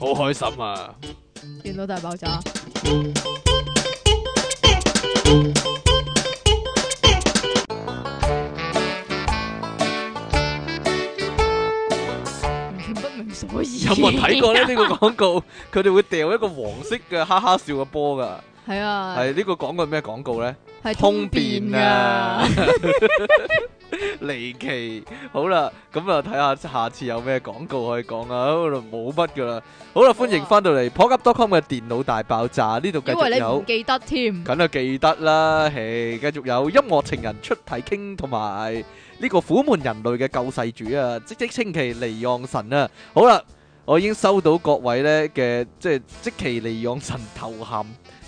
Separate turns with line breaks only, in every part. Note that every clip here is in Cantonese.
開心 啊！
電腦大爆 炸。完全不明所以。
有冇人睇過咧？呢個廣告佢哋會掉一個黃色嘅哈哈笑嘅波㗎，
係啊，
係呢個廣告係咩廣告咧？
係
通
通
便
便
啊
噶。！
離奇，好啦，咁啊睇下下次有咩廣告可以講啊，好啦冇乜噶啦，好啦，歡迎翻到嚟 p o c u p d o c o m 嘅電腦大爆炸呢度繼
因為
續
你唔
有，
記得添，
梗係記得啦，嘿，繼續有音樂情人出體傾同埋呢個苦悶人類嘅救世主啊，即即稱其離岸神啊，好啦，我已經收到各位呢嘅即係即其離岸神頭銜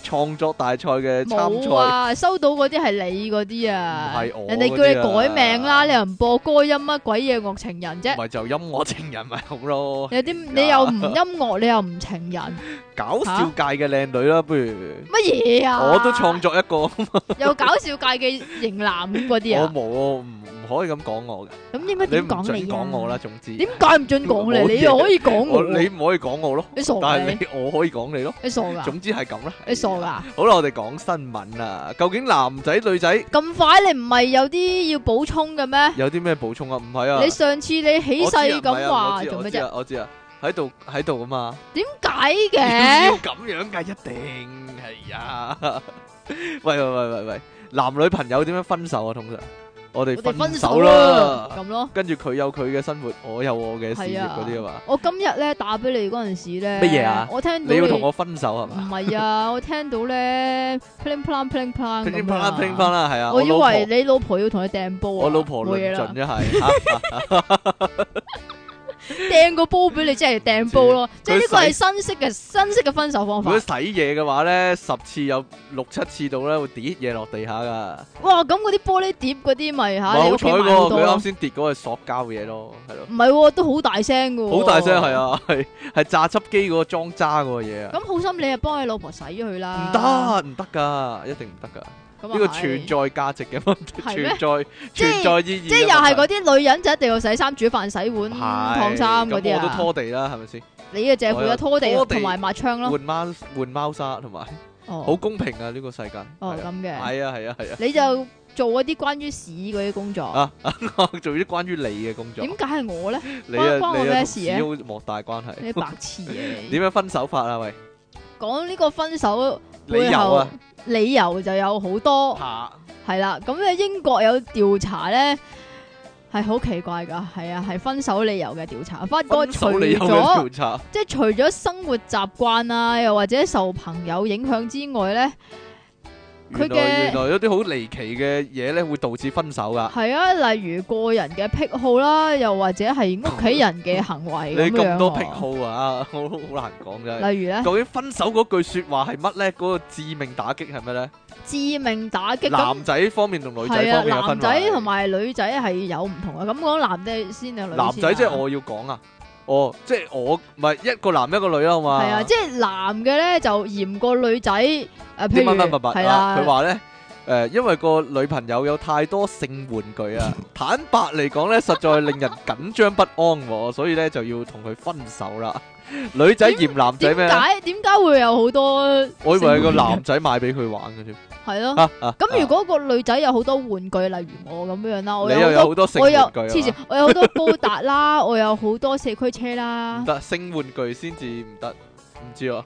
創作大賽嘅參
冇
賽。
啊！收到嗰啲係你嗰啲啊，
唔係我
人哋
嗰
叫
啲啊
你改名啦，你又唔播歌音乜鬼嘢樂情人啫？
咪就音樂情人咪好咯，
有啲你又唔音樂，你又唔情人，
搞笑界嘅靚女啦，不如
乜嘢啊？
我都 創作一個，我
又搞笑界嘅型男咁嗰啲啊？
冇唔唔可以咁講我嘅，
咁應該
你
點
唔
講
准
你
講
啊？
我啦，總之
點解唔准講
冇嘢
你？你又可以講
我
我？
你唔可以講我咯，
你傻
但
㗎
係
你？
你我可以講你咯，
你傻噶？
總之係咁啦。
你傻噶？
好啦，我哋講新聞啦，究竟男仔女仔
咁快你唔係有啲要補充嘅咩？
有啲咩補充啊？唔係啊，
你上次你起
我知啊
勢
唔係
咁
啊
話
我知啊
做
我
咩
知
啫？
啊我知啊，喺度喺度啊嘛。
點解
要
嘅？
咁樣噶，一定係啊！喂喂喂喂喂，男女朋友點樣分手啊？通常我哋
我哋分
手
手啦，
啦，
咁咯。
跟住佢有佢嘅生活，我有我嘅事業
係啊
嗰啲啊嘛。
我今日咧打俾你嗰陣時咧，
乜嘢啊
我聽到
你要同我分手係
唔
嘛？
係啊，我聽到咧 pling plang pling plang 咁
乒乓
樣啊
乓乒乓啦，係啊！
我以
老
為
婆
你老婆要同你掟煲啊，
我老婆
冇
論
嘢啦
盡，一係嚇
掟個煲俾你，即係掟煲咯，即係呢個係新式嘅新式嘅分手方
如
法
果。洗嘢嘅話咧，十次有六七次到咧會跌嘢落地下噶。
哇，咁嗰啲玻璃碟嗰啲咪
唔
吓，
係
你
好
屋企
彩
買
喎，
好
佢啱
多。啊
先跌嗰個係塑膠嘢咯，係咯，
唔係喎，都好大聲噶。
好大聲係！啊，係係榨汁機嗰個裝渣嗰個嘢啊。
咁好心你啊，幫你老婆洗咗佢
唔
啦。
得唔得噶，一定唔得噶。呢
咁啊
個
係
存在價值嘅問題，
係
存
咩
在
即係
存在意義嘅問題。
即係又係嗰啲女人就一定要洗衫、煮飯、洗碗、
係
燙衫嗰啲
咁我都
啊。
拖地啦，係咪先？
你啊，淨係負責拖
我有
地
拖地
同埋抹窗咯。
換貓換貓砂同埋，好
哦，
公平啊！呢個世界
哦
係啊
咁嘅，
係啊係啊係啊
你就做嗰啲關於屎嗰啲工作。
啊！做啲關於你嘅工作
點，解係我 咧？
你啊
關我
你啊
咩事
同屎
啊
好莫大關
你
係。
白痴嘅。
點樣分手法啊？喂，
講呢個分手
理
背
由
後
啊
理由就有好多，
嚇
係啦。咁咧英國有調查咧，係好奇怪㗎，係啊，係分手理由嘅調查，發覺
分
除
手理由嘅
咗
調查
即係除咗生活習慣啊，又或者受朋友影響之外咧，
原
佢嘅
來原來有啲好離奇嘅嘢咧，會導致分手噶。
係啊，例如個人嘅癖好啦，又或者係屋企人嘅行為
你
咁樣
咁多
喎
癖，好啊， 好好難講真係。
例如咧
究竟分手嗰句说話係乜咧？嗰、個致命打擊係乜咧？
致命打擊咁。
男仔方面同女仔
係啊，
方面有
男
分
仔
別
同埋女仔係有唔同啊。咁講男仔先定女啊
男仔即係
係
我要講啊，哦，即係我唔係一個男一個女啦，好嘛？
係啊，即係男嘅咧就嫌過女仔誒，呃譬
啲
如
乜乜乜
係
乜啊
啦，
佢話咧，誒、因為個女朋友有太多性玩具啊，坦白嚟講咧，實在令人緊張不安喎，所以咧就要同佢分 手啦。女仔嫌男仔
點
咩啊呢？
解點解會有好多
我以為係個
性
男仔買俾佢玩嘅啫。
係咯？
啊啊
咁如
啊
果個女仔有好多玩具，例如我咁樣啦，我
你又有
有好
好多性
多，我
玩
有
具啊
黐線，我有好多高達啦， 我有好多四驅車
唔
啦。
得，性玩具先至唔得，唔知啊，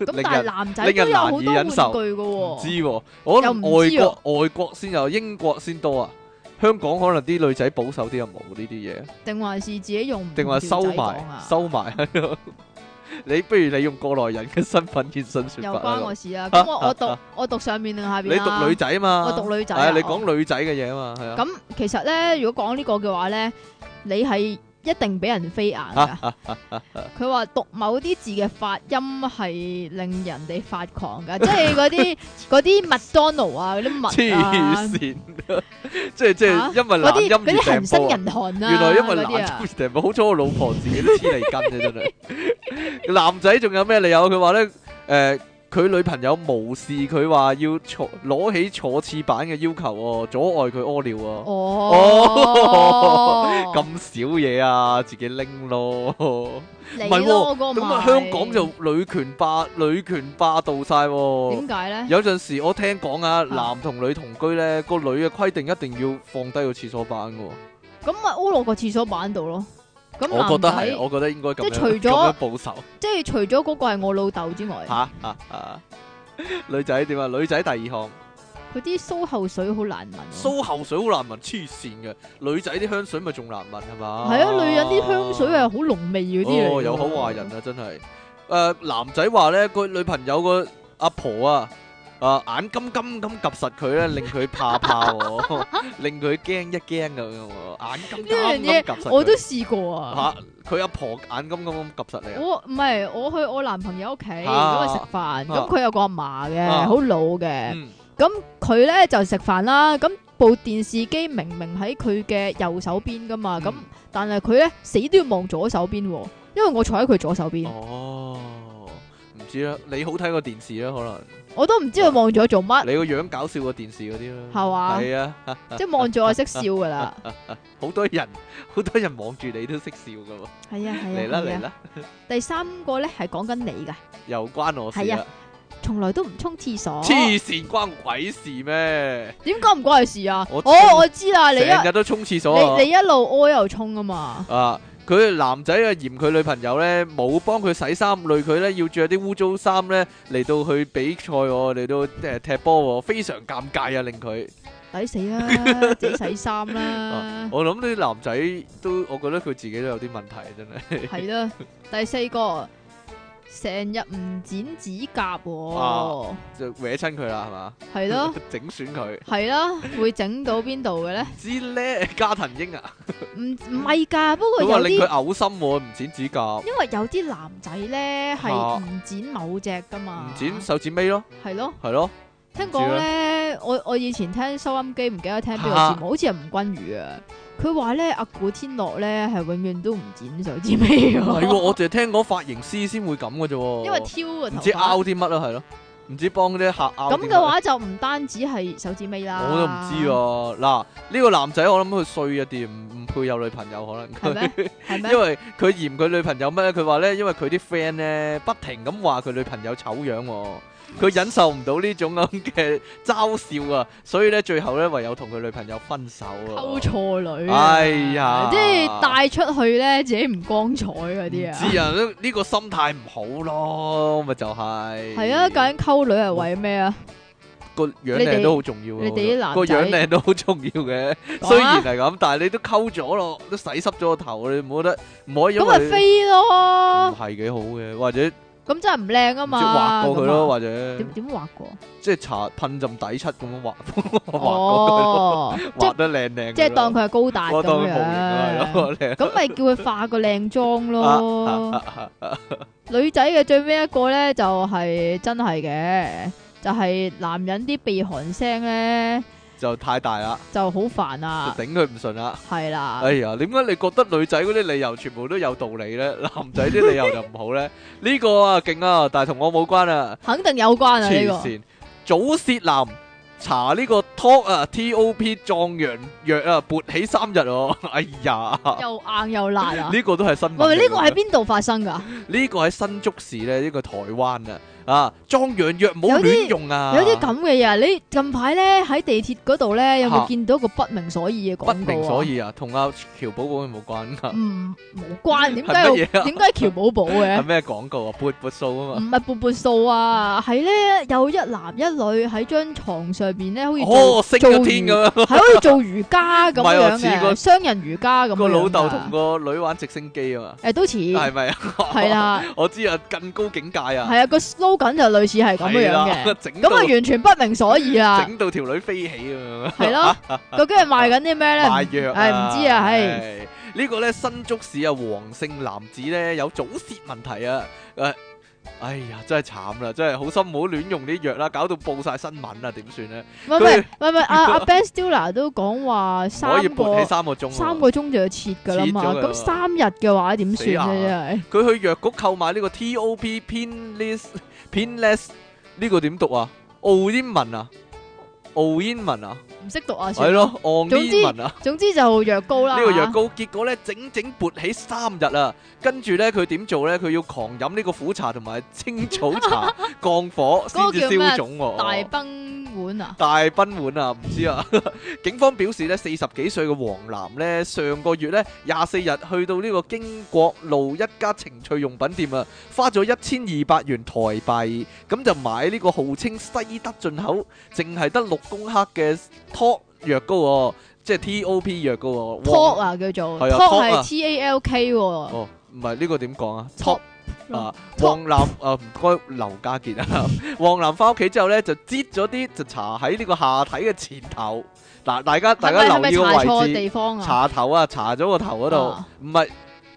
咁
令
但係
人
男仔
令
都
人
有好多
難以
玩
忍
具
受
嘅
唔知
喎。
喎。我
又
諗
唔知
外國外國先有，英國先多啊。香港可能啲女仔保守啲又冇呢啲嘢，
定還是自己用唔
定話
叫
收
仔講
埋
啊
收埋喺度。 你不如你用過來人嘅身份現身説
又
法
關
啦
我。事啊！咁我
啊
我讀
啊
我讀上面定下
你
邊啊
讀女仔嘛？
我讀女仔
係啊
啊我
你講女仔嘅嘢啊嘛， 係啊。
咁其實咧，如果講呢個嘅話咧，你係一定俾人飛眼 噶。佢話讀某啲字嘅發音係令人哋發狂 噶，即係嗰啲嗰啲麥當勞啊，嗰啲麥啊
黐，線， 即係即
啊
係因為
嗰
男
啲
音
嗰啲
而
人生
掟波啊。
人寒啊，
原來因為
嗰啲
男
啊
仔成日好彩我老 婆自己都黐脷筋嘅真係。男仔仲有咩理由？佢話咧誒佢女朋友無視佢話要坐攞起坐廁板嘅要求喎，阻礙佢屙尿 喎。
哦，
咁少嘢啊，自己拎咯。
你
咁唔係喎
咯嗰個
啊，
咪
香港就女權霸女權霸道晒喎。
點解咧？
有陣時我聽講啊，男同女同居咧，個女嘅規定一定要放低個廁所板嘅喎。
咁咪屙落個廁所板度咯。咁
我覺得
男仔
係，我覺得應該咁樣
即係除咗
咁樣報 仇。
即係除咗嗰個係我老豆之外，
吓吓吓！女仔點啊？女仔第二項，
嗯佢啲鬚後水好難聞喎。啊
蘇後水好難聞，黐線嘅。女仔啲香水咪仲難聞係嘛？
係啊，女人啲香水係好濃味嗰啲嚟㗎
哦，
喎。
有好話人啊，真係。誒，男仔話咧，個女朋友個阿婆啊，啊眼金金咁及實佢咧，令佢怕怕 喎，令佢驚一驚咁樣喎，眼金金咁及實佢。
我都試過啊。
嚇佢阿婆眼金金咁及實你啊！
我唔係我去我男朋友屋企咁
啊
啊食飯，
啊
咁佢有個阿嫲嘅，
啊
好老嘅。
嗯，
咁佢咧就食飯啦，咁部電視機明明喺佢嘅右手邊噶嘛，咁、
嗯
但係佢咧死都要望左手邊喎，因為我坐喺佢左手邊，
哦，唔知啦，你好睇過電視啊啦，可能。
我都唔知佢望咗做乜，
你個樣搞笑過電視嗰啲啦，
啊係嘛
係啊，
即係望住我識笑噶 啦，
好多人 好多人望住你都識笑噶喎。
係啊係啊，
嚟啦
係啊
嚟啦，
第三個咧係講緊你噶，
又關我事
係
啦
啊！從來都唔沖廁所，
黐線關我鬼事咩？
點解唔關佢事啊？
我
哦，我知啦，你一
成日都沖廁所啊
你你一路屙一路沖啊嘛，
啊！佢男仔啊嫌佢女朋友咧冇幫佢洗衫，累佢咧要着啲污糟衫咧嚟到去比賽喎，嚟到誒踢波喎，非常尷尬啊！令佢
抵死啦，自己洗衫啦，
我諗啲男仔都，我覺得佢自己都有啲問題真係。
係啦。第四個成日唔剪指甲喎
啊。就搲親佢啦，係嘛？
係咯，
整損佢。
係啦，會整到邊度嘅咧？
知咧，加藤英啊，
唔唔係㗎，不過
佢話
有
令佢
啲
嘔心喎，唔剪指甲，唔
因為有啲男仔咧係唔剪某隻㗎嘛，
剪手指尾咯，
係咯。
係咯，
聽講
啊
咧，我我以前聽收音機唔記得聽邊個節目，好似係吳君如啊。佢話咧，阿古天樂咧係永遠都唔剪手指尾
唔係喎，
㗎，
我淨係聽講髮型師先會咁嘅啫 喎，
因為挑個
唔
頭
知拗
髮。
啲乜啦，啊係咯，唔知幫啲客拗啲
咁
乜
嘅話就唔單止係手指尾啦，
啊我都唔知喎。嗱，呢個男仔我諗佢衰一啲，唔唔配有女朋友可
係
能佢
咩，係
因
咩？
為佢嫌佢女朋友咩？佢話咧，因為佢啲 friend 咧不停咁話佢女朋友醜樣喎。佢忍受唔到呢種咁嘅嘲笑啊，所以咧最後咧唯有同佢女朋友分手啊。
溝錯女啊，
哎呀
即係帶出去咧，自己唔光彩嗰
唔
啲啊。
知啊，呢呢個心態唔好咯，咪就係。
係啊，究竟溝女係為咩啊？
個樣靚都好重要啊。
你哋你哋啲男
個
仔
樣靚都好重要嘅，
講
雖然
啊
係咁，但係你都溝咗咯，都洗濕咗個頭，你冇得唔可以因
啊咁咪
為
飛
唔
咯，
係幾好嘅，或者唔知
咁真係唔靚啊嘛。
畫過佢咯，
咁啊，
或者
點點畫過？啊
即係搽噴浸底漆咁樣畫 畫過佢咯，
哦，即
畫得靚靚。
即係當佢係高達
我當
咁
佢模 型啊，係
樣，
咯靚
咁咪叫佢化個靚妝 咯。
啊
女仔嘅最尾一個咧，就係真係嘅，就係男人啲鼻鼾聲咧
就太大啦，
就好煩
就
啊，
頂佢唔順啦。
係啦
哎，呀，點解你覺得女仔嗰啲理由全部都有道理咧，男仔啲理由就唔好咧？呢個啊勁啊，但係同我冇關啊，
肯定有關啊呢
黐
個。
線！早泄男查呢個 top 啊，T O P 壯陽藥啊，勃起三日哦， 哎呀！
又硬又辣 啊！
呢個都係新聞嚟㗎。
喂，呢個喺邊度發生㗎？
呢個喺新竹市咧，呢個台灣啊，啊壯陽藥唔好
有啲
亂用啊，
有啲咁嘅嘢啊，你近排咧喺地鐵嗰度咧，有
嚇
冇見到個不明所以嘅廣告
不
啊？
明所，以啊，同阿喬寶寶有冇 關噶？
唔嗯冇關，點解
係乜嘢
要
啊
點解喬寶寶嘅
係？咩廣告啊？撥撥數啊
唔
嘛，
係半半數啊，係咧有一男一女喺張床上邊咧，好似做
哦，升咗天咁
做瑜係
樣，
好似做瑜伽咁
唔
樣
係喎似個
嘅，雙人瑜伽咁樣㗎。
個老豆同個女玩直升機啊嘛，
誒都似
係
係
咪啊？
啦，
我知啊，更高境界啊，
係啊個 slogan 就類似係咁
係
樣
啦
嘅，
整
咁
到
啊完全不明所以啦，
整到啊條女飛起咁樣。
係咯，究竟係賣緊啲咩咧？
賣藥
唉唔知啊唉
唉呢個咧新竹市啊，黃姓男子咧有早泄問題啊，誒、哎呀，真係慘啦，真係好心唔好亂用啲藥啦，搞到報晒新聞啊，點算咧？
唔係唔
佢
係唔係唔係，阿阿 Ben Stiller 都講話
唔可以
三
勃
個
起三個鐘。啊
三。個鐘就要切㗎啦嘛，
切咗㗎啦
咁三日嘅話點算
死啊
啫？真係
佢去藥局購買呢個 TOP Pinless Pinless 呢個點讀啊？澳英文啊？澳英文啊？
唔識讀啊，
係
算啦。
咯，澳英文啊？
總之就藥膏啦。
呢個藥膏，結果咧整整勃起三日啊！跟住咧佢點做咧？佢要狂飲呢個苦茶同埋青草 茶降火，先
嗰個
至
叫咩啊
消腫喎。哦
大崩碗啊，
大賓碗啊，唔知啊。 警方表示咧，四十幾歲嘅黃男咧，上個月咧廿四日去到呢個京國路一家情趣用品店啊，花咗一千二百元台幣，咁就買呢個號稱西德進口，淨係得六公克嘅 TOP 藥膏喎，即係 TOP 藥膏喎。
talk 啊叫做
係啊
talk
talk 啊
係 T A L K 喎。
哦，唔係呢個點講啊
Top
？Top 啊，
Top
黃藍啊，唔該劉家傑啊， 黃藍翻屋企之後咧就擠咗啲就搽喺呢個下體嘅前頭。嗱，大家大
係
家
咪係咪
留意
搽
個
錯
位置，
地方啊？
搽頭啊，搽咗個頭嗰度
啊，
唔係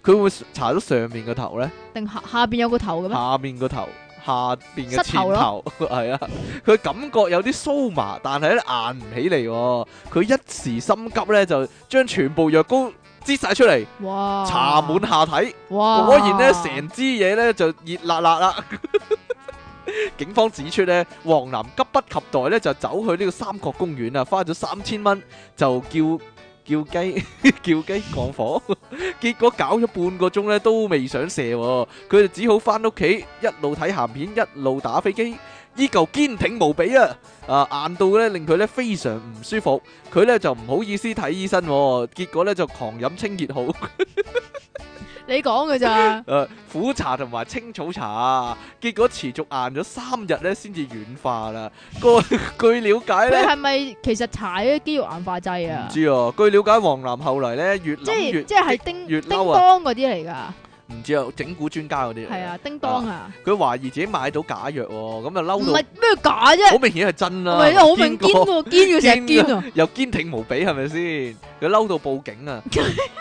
佢會搽咗上面個頭咧，
定下下邊有個頭嘅咩？
下面個頭，下邊嘅
膝
前
頭
頭， 係啊，佢感覺有啲酥麻，但係咧硬唔起嚟喎。佢一時心急咧就將全部藥膏擠晒出嚟，
哇！
搽滿下體。
哇！
啊果然咧，成支嘢咧就熱辣辣啦。 警方指出咧，黃南急不及待咧就走去呢個三角公園啊，花咗三千蚊就叫叫雞 叫雞降火， 結果搞咗半個鐘咧都未想射喎，佢哋只好翻屋企一路睇鹹片一路打飛機，依舊堅挺無比啊！啊硬到咧令佢咧非常唔舒服，佢咧就唔好意思睇醫生喎，結果咧就狂飲清熱好。
你講嘅咋？
誒呃苦茶同埋青草茶，啊結果持續硬咗三日咧，先至軟化啦。個 據了解
佢
咧，
係咪其實搽咗肌肉硬化劑
唔
啊？
知啊。據了解，黃藍後嚟咧越
即
諗越
係即係
激
叮
越
叮
嬲啊
當嗰啲嚟㗎，
唔知啊，整蠱專家嗰啲嚟
係啊，叮當啊，
佢懷疑自己買到假藥喎，咁啊
唔
嬲
係
到
咩假啫
好，明顯係真啦，
唔係好明
堅
堅
過
喎，堅要成日堅啊！
又堅挺無比係咪先？佢嬲到報警 啊，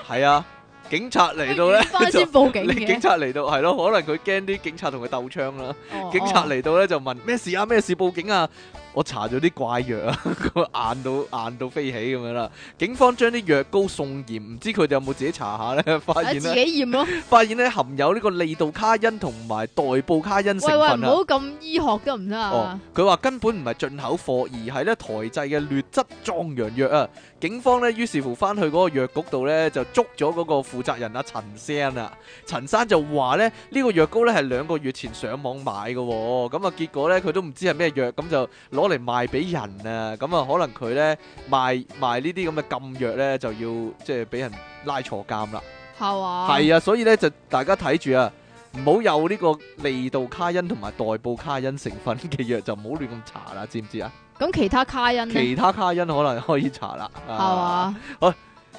係啊，警察嚟到咧
翻
就
先。報警
你
嘅
警，察嚟到係咯，可能佢驚啲警察同佢鬥槍啦。
哦
警察，嚟到咧就問咩事啊咩事報警啊！我查咗啲怪藥啊， 個硬到硬到飛起咁樣啦。警方將啲藥膏送驗，唔知佢哋有冇自己查下咧？ 發
哦自
現咧，
己驗咯。
發現咧含有呢個利度卡因同埋代布卡因成
喂喂，唔
分啊
好。咁醫學得唔得
哦
啊？，
佢話根本唔係進口貨，而係咧台製嘅劣質壯陽藥啊！警方咧於是乎翻去嗰個藥局度咧就捉咗嗰個負責人啊陳生啊，陳生就話咧呢個藥膏咧係兩個月前上網買嘅喎，咁啊結果咧佢都唔知係咩藥，咁就攞嚟賣俾人啊，咁啊可能佢咧賣賣呢啲咁嘅禁藥咧就要即係俾人拉坐監啦，
係嘛？
係啊，所以咧就大家睇住啊。唔好有呢個利度卡因同埋代布卡因成分嘅藥就唔好亂咁搽啦，知唔知啊？
咁其他卡因咧
其他卡因可能 可以搽啦。係
嗯係？嘛？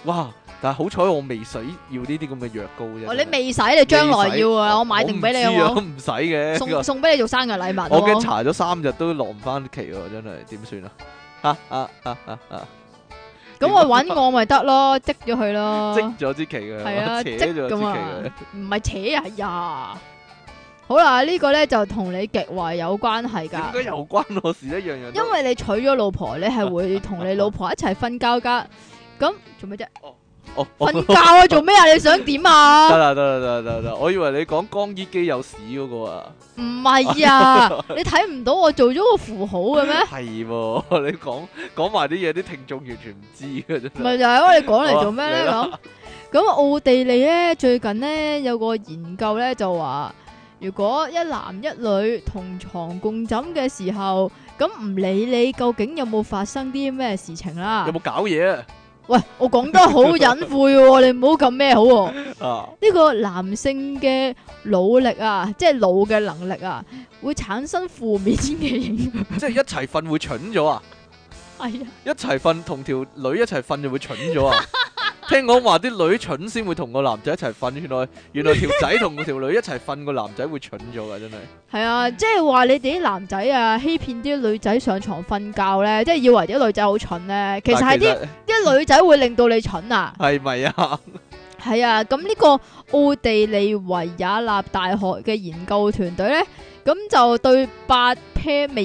哇！但係好彩我未使要呢啲咁嘅藥膏啫。
哦，你未使，你將來要啊！我買定俾你
我唔知啊，
好冇？
唔使嘅。
送送俾你做生日禮物好冇。
我驚搽咗三日都落唔翻期喎，真係點算啊？啊啊啊啊啊！
咁我揾我咪得咯，積咗佢咯。
積咗支旗嘅，
哦係啊，
扯
積
咗支旗
咁啊
嘅。，
唔係扯啊哎呀！好啦，呢個咧就同你極壞有關係
點
㗎。
解又關我事咧？樣樣都
因為你娶咗老婆，你係會同你老婆一齊瞓覺噶。咁做咩啫？
哦，我
瞓覺啊，做咩啊？你想點
得
啊？
啦得啦得啦得啦，我以為你講乾衣機有屎嗰個啊。
唔係 啊，你睇唔到我做咗個符號嘅咩？
係喎， 你講講埋啲嘢，啲聽眾完全唔知嘅真係。
咪就係咯，你講嚟做咩咧？
好啊
咁咁奧地利咧最近咧有個研究咧就話，如果一男一女同床共枕嘅時候，咁唔理你究竟有冇發生啲咩事情啦
有。冇搞嘢啊？
喂，我講得好隱晦喎，你唔好咁咩好喎。
啊，
呢個男性嘅腦力啊， 即係腦嘅能力啊，會產生負面嘅影響。啊
即係一齊瞓會蠢咗啊！
係啊，
一齊瞓同條女一齊瞓就會蠢咗 啊！聽講話啲女蠢先會同個男仔一齊瞓，原來原來條仔同 條女一齊瞓，個男仔會蠢咗噶，真係。
係啊，即係話你哋啲男仔啊，欺騙啲女仔上床瞓覺咧，即係以為啲女仔好蠢咧，其實係
但
啲啲女仔會令到你蠢啊。
係咪啊？
係啊，咁呢個奧地利維也納大學嘅研究團隊呢，咁就對八 pair 未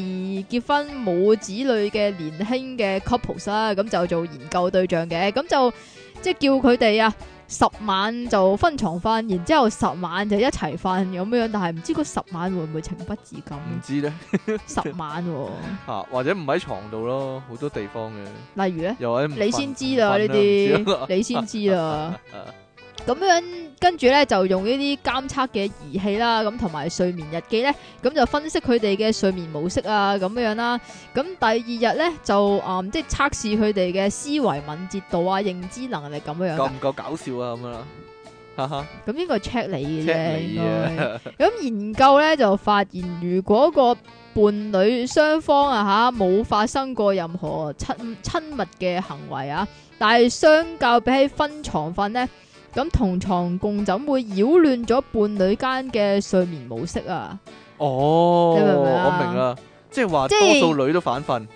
結婚冇子女嘅年輕嘅 couples 啦，咁就做研究對象嘅，咁就即係叫佢哋啊十晚就分床瞓，然之後十晚就一齊瞓咁樣，但係唔知嗰十晚會唔會情不自禁？
唔知咧
十晚喎、
吓，啊或者唔喺床度咯，好多地方嘅，
例如咧，
又或者唔
你
瞓
先知啦
唔
呢
瞓啊唔知
啲
啦，
你先知 啦。咁樣跟住咧就用呢啲監測嘅儀器啦，咁同埋睡眠日記咧，咁就分析佢哋嘅睡眠模式啊，咁樣啦。咁第二日咧就啊、嗯即係測試佢哋嘅思維敏捷度啊、認知能力咁樣
夠
㗎。
唔夠搞笑啊咁樣啦，哈哈，
咁應該係 check 你嘅
check
啫，
你
應
啊
該。咁研究咧就發現，如果個伴侶雙方啊吓冇發生過任何親親密嘅行為啊，但係相較比起分床瞓咧，咁同床共枕會擾亂咗伴侶間嘅睡眠模式啊，
哦，
你明唔明啊
我明啦，即係話
即係
多數女都反瞓，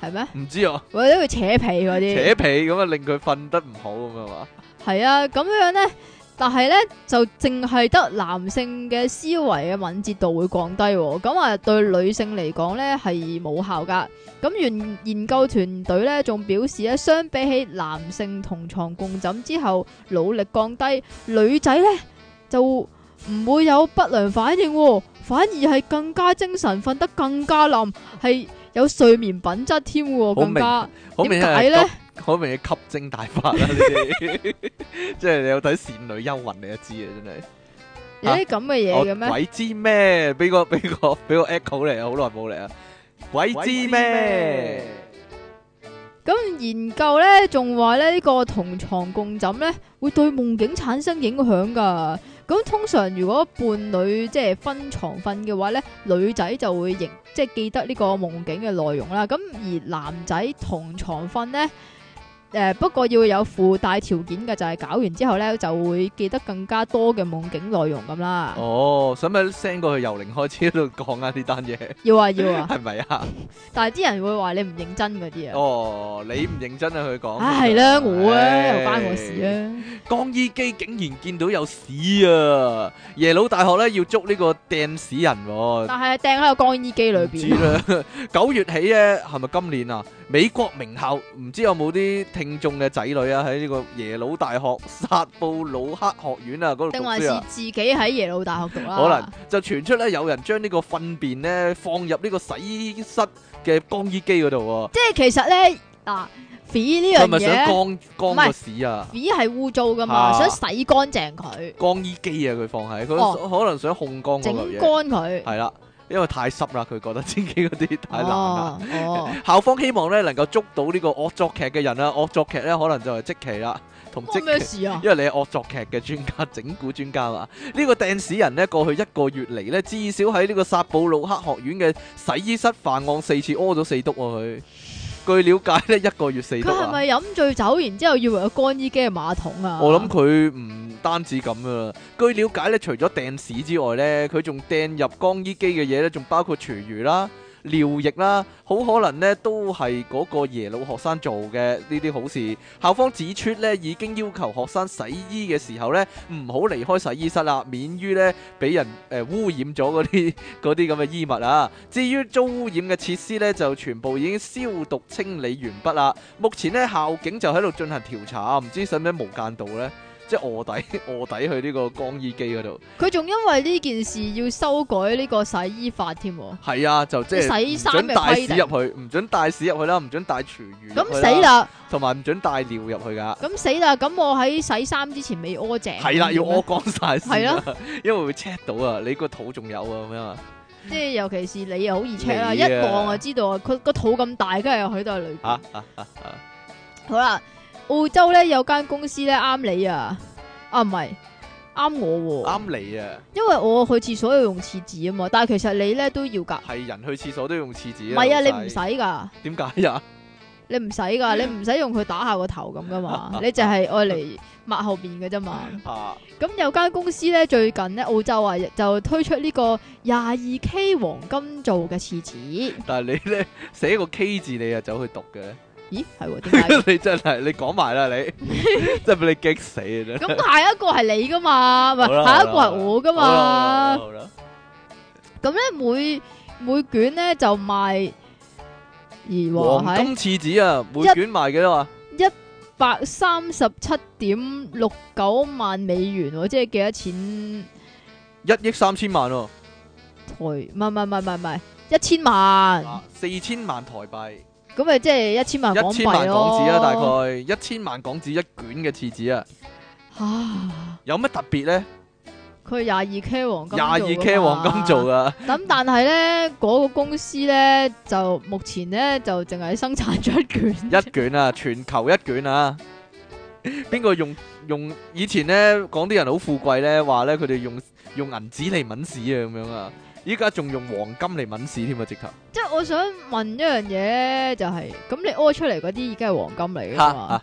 係咩？
唔知啊，
或者會扯皮嗰
扯
啲，
皮咁啊，令佢瞓得唔好咁啊嘛，
係啊，咁樣咧。但係咧，就淨係得男性嘅思維嘅敏捷度會降低喎，咁啊對女性嚟講咧係冇效噶。咁研研究團隊咧仲表示咧，相比起男性同床共枕之後努力降低，女仔咧就唔會有不良反應喎，反而係更加精神，瞓得更加冧，係有睡眠品質添喎，
好
更加
好明
點
顯係
解咧？
好明顯吸精大法啦呢啲， 即係你有睇《倩女幽魂》你就知啊，真係。
有啲咁嘅嘢嘅咩
我？鬼知咩？俾個俾 個俾個 echo 嚟啊！好耐冇嚟啊！鬼知咩？
咁研究咧仲話咧呢、個同床共枕咧會對夢境產生影響噶。咁通常如果伴侶即係分床瞓嘅話咧，女仔就會認即係記得呢個夢境嘅內容啦。咁而男仔同床瞓咧，誒、不過要有附帶條件嘅，就係、搞完之後咧就會記得更加多嘅夢境內容咁啦。
哦，使唔使 send 過去由零開始喺度講啊？呢單嘢
要啊要啊，
係咪啊？
但係啲人會話你唔認真嗰啲啊。
哦，你唔認真啊，佢講。
唉，係啦，我啊
唉
又關我事啊，
江依基竟然見到有屎啊！耶魯大學咧要捉呢個掟屎人喎。
但係掟喺個乾衣機裏
唔
邊啊
知。啦， 九月起咧，係咪今年啊？美國名校唔知有冇啲聽眾嘅仔女啊，喺呢個耶魯大學薩布魯克學院啊嗰度讀
定還是
書啊。
自己喺耶魯大學讀啦？
可能就傳出咧，有人將呢個糞便咧放入呢個洗衣室嘅乾衣機嗰度
即係其實咧嗱，ฝี呢
喎，係
樣
咪想
嘢，
乾乾
唔係
個屎啊？
ฝี係污糟噶嘛，
啊
想洗乾淨佢，
乾衣機啊，佢放喺佢
哦
可能想控乾
整
嗰嚿
乾佢。
嘢，係啦，因為太濕啦，佢覺得自己嗰啲太難啦。
哦 哦，
校方希望咧能夠捉到呢個惡作劇嘅人啦，惡作劇咧可能就係即期啦，同即
關咩
期，
事啊？
因為你係惡作劇嘅專家、整蠱專家嘛。呢、個掟屎人呢，過去一個月嚟呢，至少喺呢個薩布魯克學院嘅洗衣室犯案四次，屙咗四督喎佢。據了解呢，一個月四
佢
督
係
啊。
咪飲醉酒，然之後以為有乾衣機係馬桶啊？
我諗佢唔單止咁啊！據了解咧，除咗掟屎之外咧，佢仲掟入乾衣機嘅嘢咧，仲包括廚餘啦、尿液啦，好可能咧都係嗰個耶魯學生做嘅呢啲好事。校方指出咧，已經要求學生洗衣嘅時候咧，唔好離開洗衣室啦，免於咧俾人誒、呃污染咗嗰啲 嗰啲咁嘅衣物啊。至於遭污染嘅設施咧，就全部已經消毒清理完畢啦。目前咧校警就喺度進行調查，唔知使唔使無間道咧，即係卧底 卧底去呢個乾衣機嗰度。
佢仲因為呢件事要修改呢個洗衣法添喎，
係啊，就即係
洗
唔
衫
准
嘅
帶
規
屎
定
入去，唔准帶屎入去啦，唔准帶廚餘，
咁死，啦，
同埋唔准帶尿入去噶。
咁死啦，咁我喺洗衫之前未屙淨，
係啦，要
點咧啊
屙，乾晒先啊， 因為會 check 到啊，你個肚仲有啊咁樣啊。
即係尤其是你又好易 check 啦，
你
一
啊
望就知道啊，佢個肚咁大，梗係有佢都係裏邊。
啊
好啦，澳洲咧有間公司咧啱你啊，啊唔係啱我喎、
啱你啊，
因為我去廁所要用廁紙啊嘛，但係其實你咧都要噶，
係人去廁所都用廁紙
唔
啊。
係啊，
老
你
細
唔使噶，
點解啊呀？
你唔使噶， 你唔使用佢打下個頭咁噶嘛，你就係愛嚟抹後邊嘅啫嘛。
啊，
咁有間公司咧最近咧澳洲啊就推出呢個廿二 K 黃金做嘅廁紙，
但係你咧寫個 K 字，你啊走去讀嘅咧，
咦係喎點 解？
你真係你講埋啦 你，真係俾你激死啊真係。
咁下一個係你噶嘛，唔
好
係
啦
下一個
好啦
係我噶
好啦
嘛。
好啦好啦
咁咧每每卷咧就賣，而
好啦
話喺
黃金廁紙啊，每卷賣幾多啊？
一百三十七點六九萬美元喎，即係幾多錢
一億三千萬喎，
台？唔係唔係唔係唔係唔係一千萬，
四千萬台幣，
咁咪即係一千萬港
啊一千萬
幣
啊港紙啊，大
咯。
概一千萬港紙一卷嘅廁紙啊，
嚇！
有乜特別呢？
啊佢廿二 K 黃金
廿二
做
K
㗎嘛
黃金做噶，
咁但係咧，嗰、個公司咧就目前咧就淨係生產咗一卷，
一卷啊， 全球一卷啊。邊個用用以前呢講啲人好富貴呢，話呢，佢哋用用銀紙嚟抿屎啊咁樣啊，依家仲用黃金嚟抿屎添啊，直頭。
即係我想問一樣嘢就係、咁你屙出嚟嗰啲已經係黃金嚟噶嘛？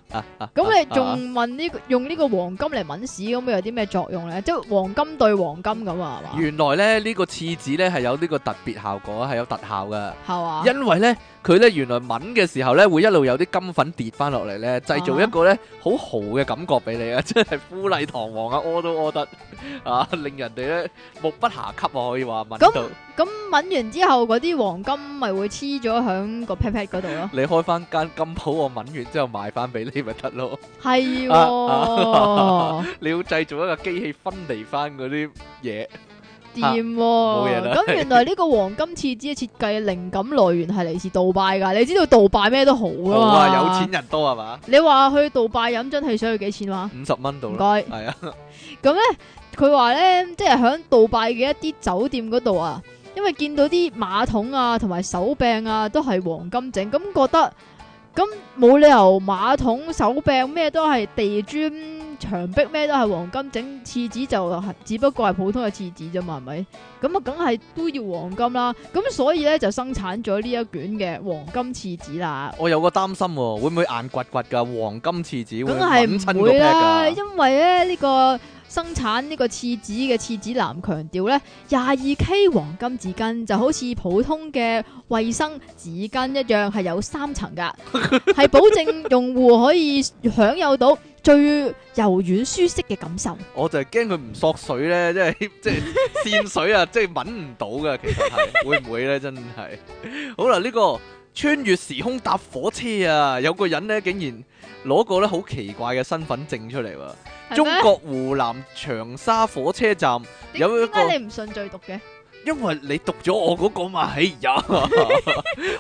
咁你仲問呢、個用呢個黃金嚟抿屎，咁有啲咩作用咧？即係黃金對黃金咁啊，係嘛？
原來咧呢、個廁紙咧係有呢個特別效果，係有特效噶。
係嘛？
因為咧佢咧原來抿嘅時候咧會一路有啲金粉跌翻落嚟
啊
咧，製造一個咧好豪嘅感覺俾你啊！ 真係富麗堂皇啊，屙都屙得啊，令人哋咧目不暇給啊，可以話抿到。
咁咁抿完之後，嗰啲黃金咪會黐咗喺個 pat pat 嗰度咯
你開翻間金鋪，我抿完之後賣翻俾你咪得咯。
係喎、
啊你要製造一個機器分離翻嗰啲嘢，
掂喎，
啊嘢啦
咁原來呢個黃金廁紙嘅設計靈感來源係嚟自杜拜㗎，你知道杜拜咩都好㗎
好
嘛？
啊！有錢人多係嘛？
你話去杜拜飲樽汽水要幾錢話？
五十蚊到
唔該。
啦，係啊，
咁咧，佢話咧，即係喺杜拜嘅一啲酒店嗰度啊，因為見到啲馬桶啊同埋手柄啊都係黃金整，咁覺得咁冇理由馬桶、手柄咩都係地磚、牆壁咩都係黃金整，廁紙就係只不過係普通嘅廁紙啫嘛，係咪？咁啊，梗係都要黃金啦。咁所以咧就生產咗呢一卷嘅黃金廁紙啦。
我有個擔心喎，會唔會硬掘掘㗎？黃金廁紙會
梗係
抿親
唔
個啊
會
pat
啦，
㗎？
因為咧呢、個生產呢個廁紙嘅廁紙男強調咧，廿二 K 黃金紙巾就好似普通嘅衛生紙巾一樣，係有三層 噶，係保證用戶可以享有到最柔軟舒適嘅感受。
我就係驚佢唔索水咧， 即係即係跣水啊， 即係揾唔到嘅，其實 係會唔會咧？真係好啦，呢、個穿越時空搭火車啊，有個人咧竟然攞個咧好奇怪嘅身份證出嚟喎，中國湖南長沙火車站，
係咩
有
點
一個
解你唔順序讀嘅？
因為你讀咗我嗰個嘛，哎呀，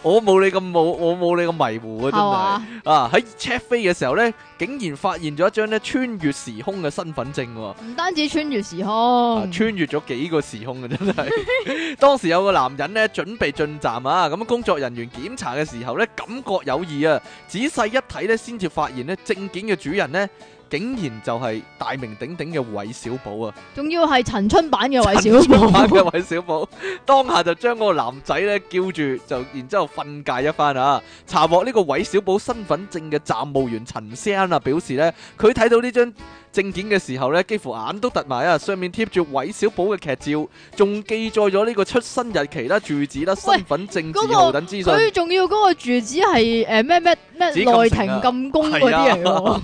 我冇你咁冇，我冇你咁迷糊啊，真
係
係。
嘛？
啊！喺 check 飛嘅時候咧，竟然發現咗一張咧穿越時空嘅身份證喎、
唔單止穿越時
啊
空，
穿越咗幾個時空啊！真係， 當時有個男人咧準備進站啊，咁工作人員檢查嘅時候咧，感覺有異啊，仔細一睇咧，先至發現咧證件嘅主人咧，竟然就係大名鼎鼎嘅韋小寶啊！
仲要係陳春版 嘅韋小
陳
寶
春版。嘅韋小寶，當下就將嗰個男仔咧叫住，就然之後訓戒一番啊！查獲呢個韋小寶身份證嘅站務員陳生啊，表示咧佢睇到呢張證件嘅時候咧，幾乎眼都突埋啊！上面貼住韋小寶嘅劇照，仲記載咗呢個出生日期啦、住址啦、
喂
身份證
嗰個
字號等資訊。
佢仲要嗰個住址係誒咩咩咩
紫禁城啊
內廷禁宮嗰啲嚟
係
喎
啊，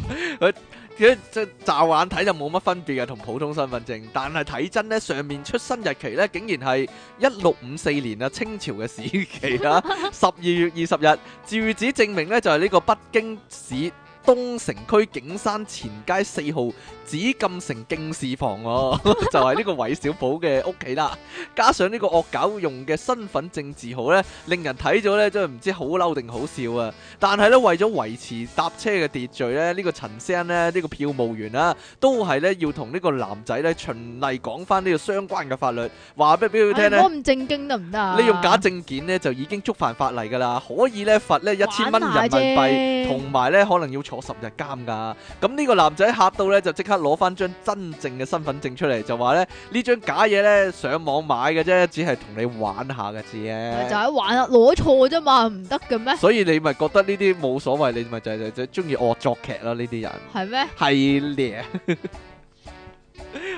即即乍眼睇就冇乜分別嘅，同普通身份證，但係睇真呢，上面出生日期呢，竟然係一六五四年啊，清朝嘅時期啊， 十二月二十日，住址證明呢，就係呢個北京市東城區景山前街四號紫禁城敬事房喎， 就係呢個韋小寶嘅屋企啦。加上呢個惡搞用嘅身份證字號呢，令人睇咗呢，真係唔知好嬲定好笑啊！但係咧，為咗維持搭車嘅秩序咧，呢、個陳生咧，呢、個票務員啦、都係咧要同呢個男仔咧循例講翻呢個相關嘅法律，話俾俾佢聽
唉唔
咧
好，咁正經得唔得啊？
你用假證件咧就已經觸犯法例㗎啦，可以咧罰咧一千蚊人
玩下
民幣。
啫
同埋咧可能要坐十日監㗎。咁呢個男仔嚇到咧就即刻攞翻張真正嘅身份證出嚟，就話咧呢張假嘢咧上網買嘅啫，只係同你玩下嘅
咪就
啫。
係玩啊，攞錯啫嘛，唔得嘅咩？
所以你咪覺得呢啲冇所謂，你咪就係就中意惡作劇咯呢啲人。
係咩？
係咧。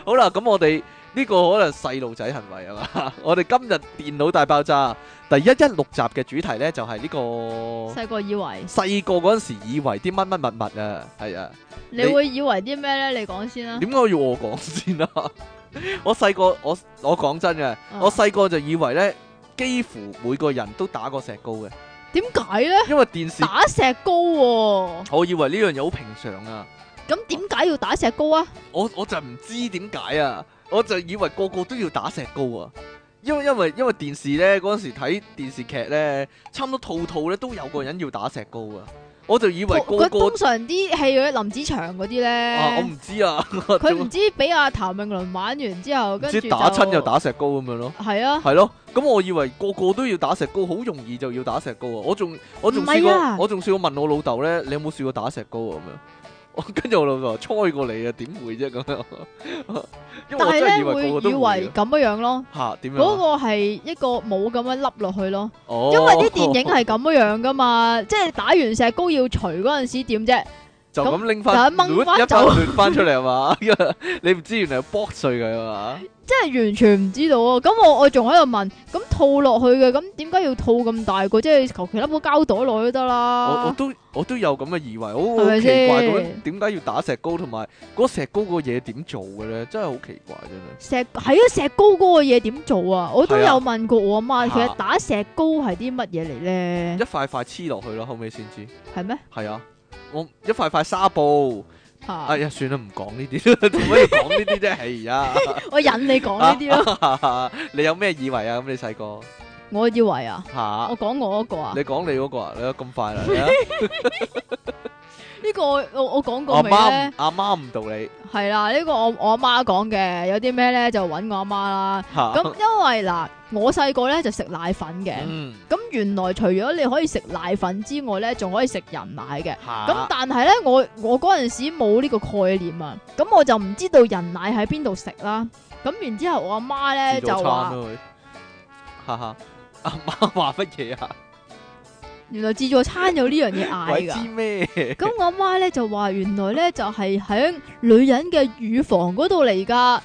好啦，咁我哋呢個可能細路仔行為啊嘛。 我哋今日電腦大爆炸第一一六集嘅主題呢，就係呢個
細個以為
細個嗰陣時以為啲乜乜物物啊，係啊。
你
你
會以為啲咩咧？你講先啦。
點解要我講先啊？ 我細個我我講真嘅，我細個就以為呢，幾乎每個人都打過石膏嘅。
啊點解咧？
因為電視，
打石膏喎、
我以為呢樣嘢好平常啊。
咁點解要打石膏啊？
我我就唔知點解啊！我就以為個個都要打石膏啊！因為因為因為電視咧嗰陣時睇電視劇咧，差唔多套套咧都有個人要打石膏啊！我就以為
佢
個個
通常啲戲嗰啲林子祥嗰啲
啊，我
咧，
唔知啊，
佢唔、知俾阿譚詠麟玩完之後，跟
知
住就
打親就，打石膏咁樣咯。
係啊，
係咯，咁我以為個個都要打石膏，好容易就要打石膏啊！我仲我仲
唔
試
係
過，
啊
我仲試過問我老豆咧，你有冇試過打石膏啊？咁樣，我跟住我老豆話猜過你啊，點會啫咁樣？ 因為
但
我
係
真係
咧
以為個個
會以
都會
為
啊
咁樣樣咯。
吓點樣
嗰
啊？
個係一個冇咁樣凹落去咯，
哦
因為啲電影係咁樣樣噶 嘛，即係打完石膏要除嗰陣時點啫？
就咁拎翻，
就咁掹返
一
走
包攣翻出嚟係嘛？ 因為你唔知原來剝碎佢啊嘛？
即係完全唔知道啊！咁我我仲喺度問，咁套落去嘅，咁點解要套咁大個？即係求其笠個膠袋落去都得
我我
啦。
都我都有咁嘅疑為，好
啊係
好
咪
奇怪
先
咁樣，點解要打石膏同埋嗰石膏個嘢點做嘅咧？真係好奇怪真係。
石係啊，石膏嗰個嘢點做啊？我都
係啊
有問過我阿媽，
嚇
其實打石膏係啲乜嘢嚟咧
一？塊塊黐落去咯，後尾先知。
係咩？
係啊，我一塊塊紗布。
嚇
哎！呀，算啦，唔講呢啲 啦，做乜要講呢啲啫？係
我引你講呢啲咯。
啊， 你有咩以為啊？咁你細個
我以為啊，
吓
我，講我嗰個啊，
你講你嗰個啊，你咁快啦，你啊
呢個我我 我講過
阿
未啊咧
媽唔？阿媽唔道理
係啦，呢個我我阿媽講嘅，有啲咩咧就揾我阿媽啦。
吓。
咁因為嗱，我細個咧就食奶粉嘅。
嗯
咁原來除咗你可以食奶粉之外咧，仲可以食人奶嘅。
吓，
咁但係咧，我我嗰陣時冇呢個概念啊，咁我就唔知道人奶喺邊度食啦。咁然之後我阿媽咧
自助
就
餐
話，
咯佢， 哈哈，阿媽話乜嘢啊？
原來自助餐有呢樣嘢
鬼
嗌
知
㗎。
咩？
咁我阿媽咧就話，原來咧就係喺女人嘅乳房嗰度嚟㗎。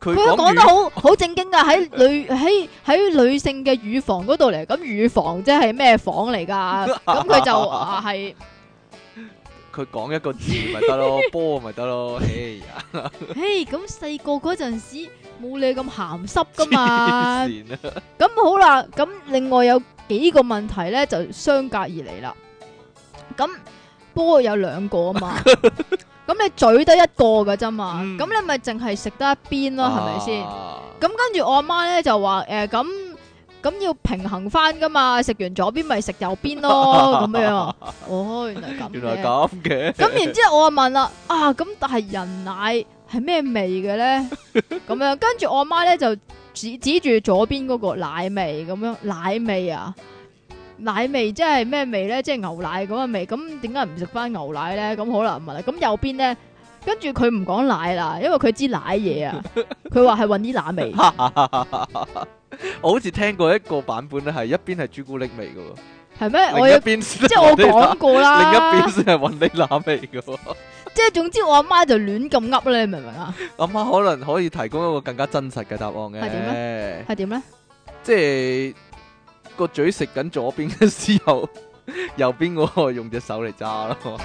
佢
佢講得
乳
好好正經㗎，喺女喺喺女性嘅乳房嗰度嚟。咁乳房即係咩房嚟 㗎？咁佢就話係。
佢講一個字咪 得咯，波咪得咯，哎呀，
嘿，咁細個嗰陣時冇你咁鹹濕噶嘛
黐，線啊！
咁好啦，咁另外有幾個問題咧就相隔而嚟啦。咁波有兩個啊 嘛，咁你嘴得一個噶啫嘛，
嗯
咁你咪淨係食得一邊咯，係咪先？
啊？
咁跟住我阿媽咧就話誒咁。咁要平衡翻噶嘛，食完左邊咪食右邊 咯，咁樣啊。哦，原來咁嘅。
原來咁嘅，
咁然之後我就問啦，啊咁但係人奶係咩味嘅咧？咁樣跟住我媽咧就指指住左邊嗰個奶味咁樣，奶味啊，奶味即係咩味咧？即係牛奶咁嘅味。咁點解唔食翻牛奶咧？咁好啦，問啦。咁右邊咧，跟住佢唔講奶啦，因為佢知奶嘢啊，佢話係搵啲奶味。
我好似聽過一個版本咧，係一邊係朱古力味嘅喎，
係咩？我
另一
有
邊即
即係我講過
另一邊
啦，
先係雲呢拿味嘅喎。
即係總之我阿媽就亂咁噏咧，你明唔明 啊？
阿媽可能可以提供一個更加真實嘅答案嘅，
係點
咧？
係點咧？
即係個嘴食緊左邊嘅時候， 右邊嗰個用隻手嚟揸咯。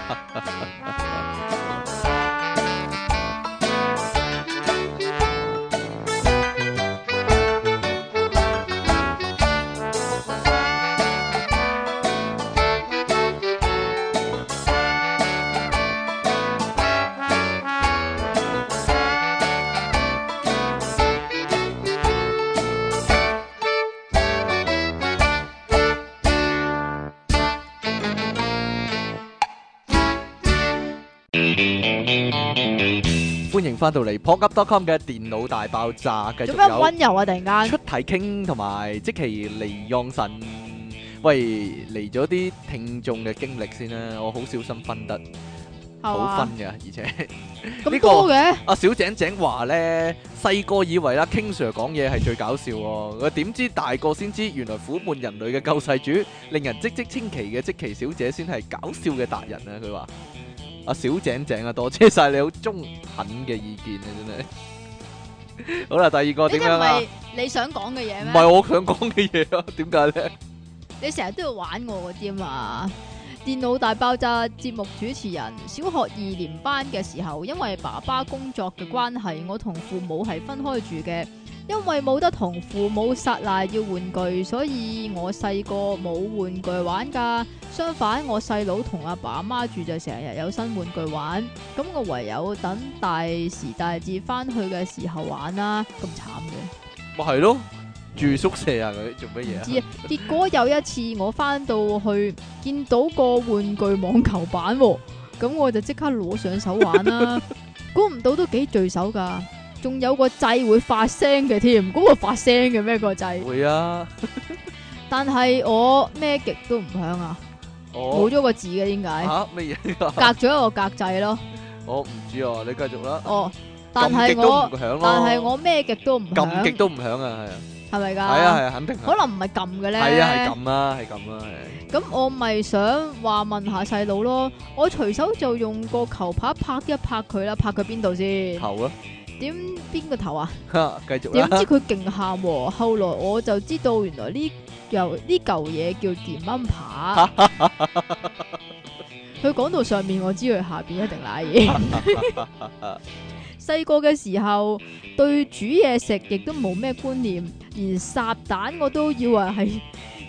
歡迎翻到嚟 p o c u p c o m 嘅電腦大爆炸，繼
做
續
咩咁
有。
温柔啊？突然間。
出題傾同埋即其離讓神，喂嚟咗啲聽眾嘅經歷先啦，我好小心分得
啊
好分嘅，而且
咁
呢個
多嘅，
阿小井井話呢，細個以為啦 King Sir 講嘢係最搞笑喎，佢點知大個先知原來苦悶人類嘅救世主，令人嘖嘖稱奇嘅即其小姐先係搞笑嘅達人啊！佢話阿小井井啊，多謝晒你好中肯嘅意見啊，真 係。好啦，第二
呢
個點
啲
樣
唔
啊？
係你想講嘅嘢
唔
咩？
係我想講嘅嘢啊，點解咧？
你成日都要玩我嗰啲啊嘛！電腦大爆炸節目主持人，小學二年班嘅時候，因為爸爸工作嘅關係，我同父母係分開住嘅。因為冇得同父母撒賴要玩具，所以我細個冇玩具玩㗎。相反，我細佬同阿爸阿媽住就成日有新玩具玩，咁我唯有等大時大節翻去嘅時候玩啦。咁慘嘅。
咪係咯，住宿舍啊嗰啲做乜嘢啊？
知啊！結果有一次我翻到去見到個玩具網球板、喎，咁我就即刻攞上手玩 啦。估唔到都幾聚手噶，仲有個掣會發聲嘅添。嗰、個發聲嘅咩個掣？
會啊，
但係我咩極都唔響啊，冇
我
咗個字嘅點解？
嚇乜嘢
隔
啊？
咗一個格掣咯。
我唔知啊，你繼續啦。
哦，但係
撳極都
我
唔響咯，
但係我咩極都唔
撳極
響，
都唔響啊，係啊，
係咪㗎？
係啊，係啊，肯定係
可。能唔係撳嘅咧。
係啊，係咁啦，係咁啦，係
咁我咪想話問下細佬咯，我隨手就用個球拍拍一拍佢啦，拍佢邊度先？
頭
點邊個頭啊？
啦，繼續
點知
啦。
佢勁喊喎！後來我就知道原來呢嚿呢嚿嘢叫電蚊拍。佢講到上面，我知佢下邊一定瀨嘢。 細個嘅時候對煮嘢食亦都冇咩觀念，連烚蛋我都以為係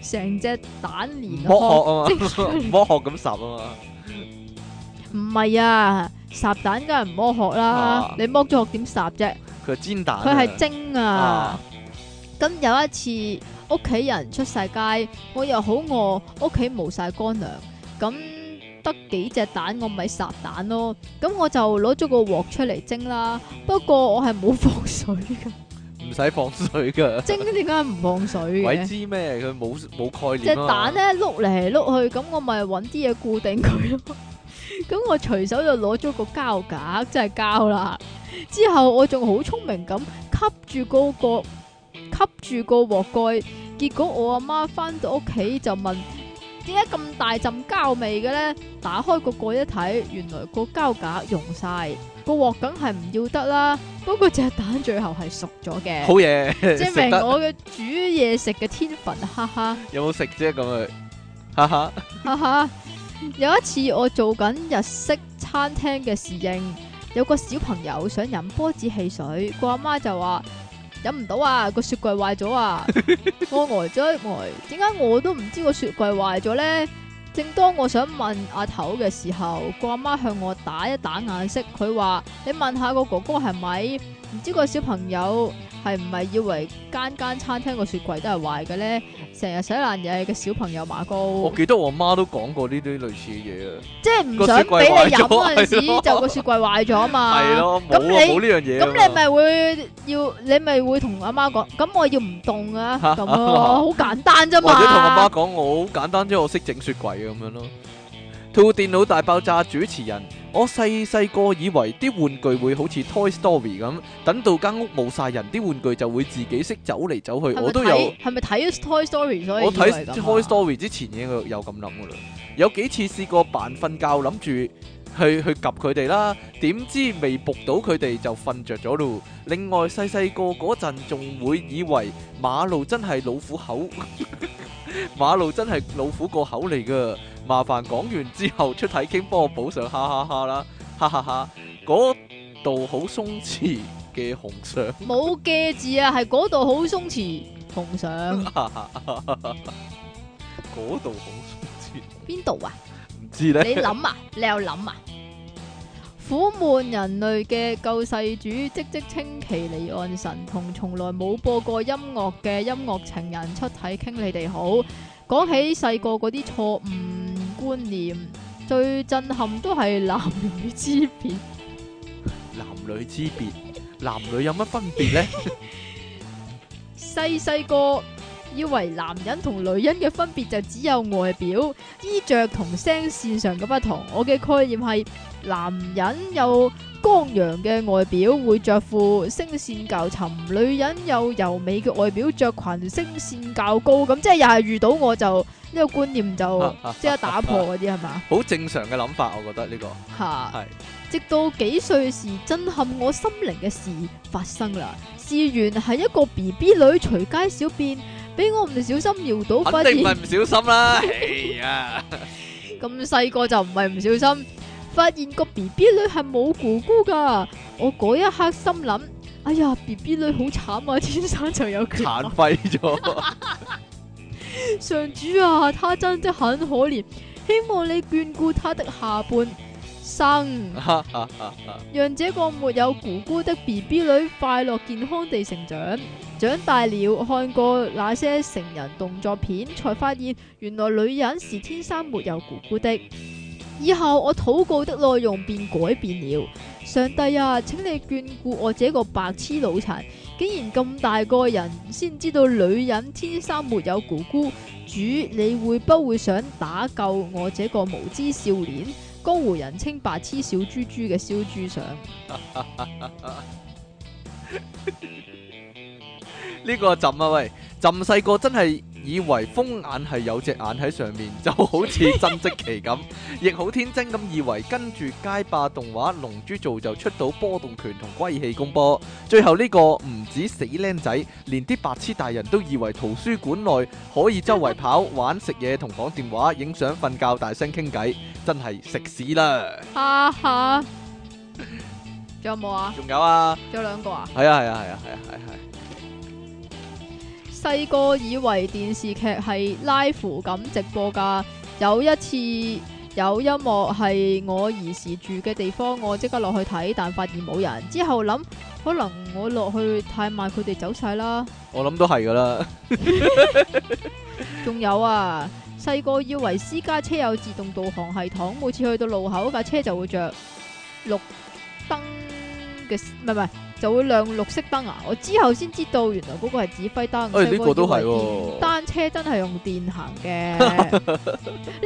成隻蛋
唔
連殼
剝
即
殼啊嘛，唔剝殼咁霎啊嘛。
唔係啊，烚蛋梗係唔剝殼啦，
啊
你剝咗殼點烚啫？
佢係煎蛋啊。
佢係蒸啊
啊。
咁、有一次屋企人出晒街，我又好餓，屋企冇晒乾糧，咁得幾隻蛋，我咪烚蛋咯。咁我就攞咗個鑊出嚟蒸啦，不過我係冇放水 嘅，
唔使放水噶。
蒸點解唔放水
鬼
嘅？
知咩？佢冇冇概
隻
念啊嘛
蛋咧碌嚟碌去，咁我咪揾啲嘢固定佢咯。 咁我隨手就攞咗個膠架，真係膠啦。之後我仲好聰明咁吸住嗰個吸住個鍋蓋，結果我阿媽翻到屋企就問：點解咁大陣膠味嘅咧？打開個蓋一睇，原來個膠架溶晒，個鍋梗係唔要得啦。不過隻蛋最後係熟咗嘅
好，嘢，
證
食
明
得
我嘅煮嘢食嘅天分，哈哈。
有冇食啫咁佢？哈哈，
哈哈！有一次我做緊日式餐廳嘅侍應，有個小朋友想飲波子汽水，個阿媽就話飲唔到啊，個雪櫃壞咗啊！我呆咗一呆，點解我都唔知個雪櫃壞咗呢？正當我想問阿頭嘅時候，個阿媽向我打一打眼色，佢話：你問下個哥哥係咪？唔知個小朋友係唔係以為間間餐廳個雪櫃都係壞嘅呢？成日洗爛嘢嘅小朋友馬高。
我記得我媽都講過呢啲類似嘅嘢
即係唔想俾你飲嗰陣時，
個雪櫃壞咗
就個雪櫃壞咗
啊。
嘛。
係咯，冇
咁
啊，
你
冇呢樣嘢啊嘛。
咁你咪會要，你咪會同阿媽講，咁我要唔凍啊，
嚇
咁 咯，好簡單啫
或
嘛。
者同阿媽講，我好簡單啫，我識整雪櫃啊咁樣咯。套電腦大爆炸主持人，我細細個以為啲玩具會好似 Toy Story 咁，等到間屋冇晒人，啲玩具就會自己識走嚟走去。
係咪
我都
睇
有。
係咪睇 Toy Story 所以
我睇
以為咁啊
Toy Story 之前已經有咁諗噶啦，有幾次試過扮瞓覺，諗住去去及佢哋啦，點知未仆到佢哋就瞓着咗咯。另外細細個嗰陣仲會以為馬路真係老虎口， 馬路真係老虎個口嚟噶。麻煩講完之後出體傾幫我補上哈哈哈啦，哈哈哈！嗰度好鬆弛嘅紅相。
冇嘅字啊，係嗰度好鬆弛，紅 上
嗰度好鬆弛，
邊度啊？
唔知咧。
你諗啊，你又諗啊？苦悶人類嘅救世主，即即稱其離岸神，同從來冇播過音樂嘅音樂情人出體傾，你哋好。講起細個嗰啲錯誤觀念，最震撼都係男女之別。
男女之別，男女有乜分別呢？
細細個以為男人同女人嘅分別就只有外表、衣着同聲線上嘅不同。我嘅概念係男人有剛陽嘅外表，會着褲，聲線較沉；女人有柔美嘅外表，着裙，聲線較高。咁即係又係遇到我就呢、個觀念就即刻打破嗰啲係嘛
好正常嘅諗法，我覺得呢個
吓。
係
直到幾歲時震撼我心靈嘅事發生啦。事源係一個 B B 女隨街小便，俾我唔小心搖到，發
肯
現
定唔係唔小心啦。哎呀，
咁細個就唔係唔小心，發現個 B B 女係冇姑姑噶。我嗰一刻心諗，哎呀，B B 女好慘啊，天生就有缺
殘
陷。
廢咗，
上主啊，他真的很可憐，希望你眷顧他的下半生，讓這個沒有姑姑的 B B 女快樂健康地成長。長大了，看過那些成人動作片，才發現原來女人是天生沒有姑姑的。以後我禱告的內容便改變了。上帝啊，請你眷顧我這個白痴腦殘。竟然咁大個人先知道女人天生沒有姑姑，主你會不會想打救我這個無知少年？江湖人稱白痴小豬豬嘅燒豬上，
呢個朕啊喂，朕細個真係以為風眼係有隻眼喺上面，就好似曾積奇咁， 亦好天真咁以為跟住街霸動畫《龍珠》做就出到波動拳同龜氣功波。最後呢個唔止死僆仔，連啲白痴大人都以為圖書館內可以周圍跑、玩、食嘢同講電話、影相、瞓覺、大聲傾偈，真係食屎啦！
哈哈！仲有冇啊？
仲有啊，
仲有兩個啊？
係啊係啊係啊係啊係啊係啊
細個以為電視劇係 live 咁直播㗎，有一次有音樂係我兒時住嘅地方，我即刻落去睇，但發現冇人。之後諗，可能我落去太慢，佢哋走晒啦。
我諗都係㗎啦，
仲有啊，細個以為私家車有自動導航系統，每次去到路口架車就會着綠燈嘅，唔係唔係，就會亮綠色燈啊！我之後先知道，原來嗰個係指揮燈。
哎呢
細個
個都
以為
係喎
單車真係用電行 嘅，呢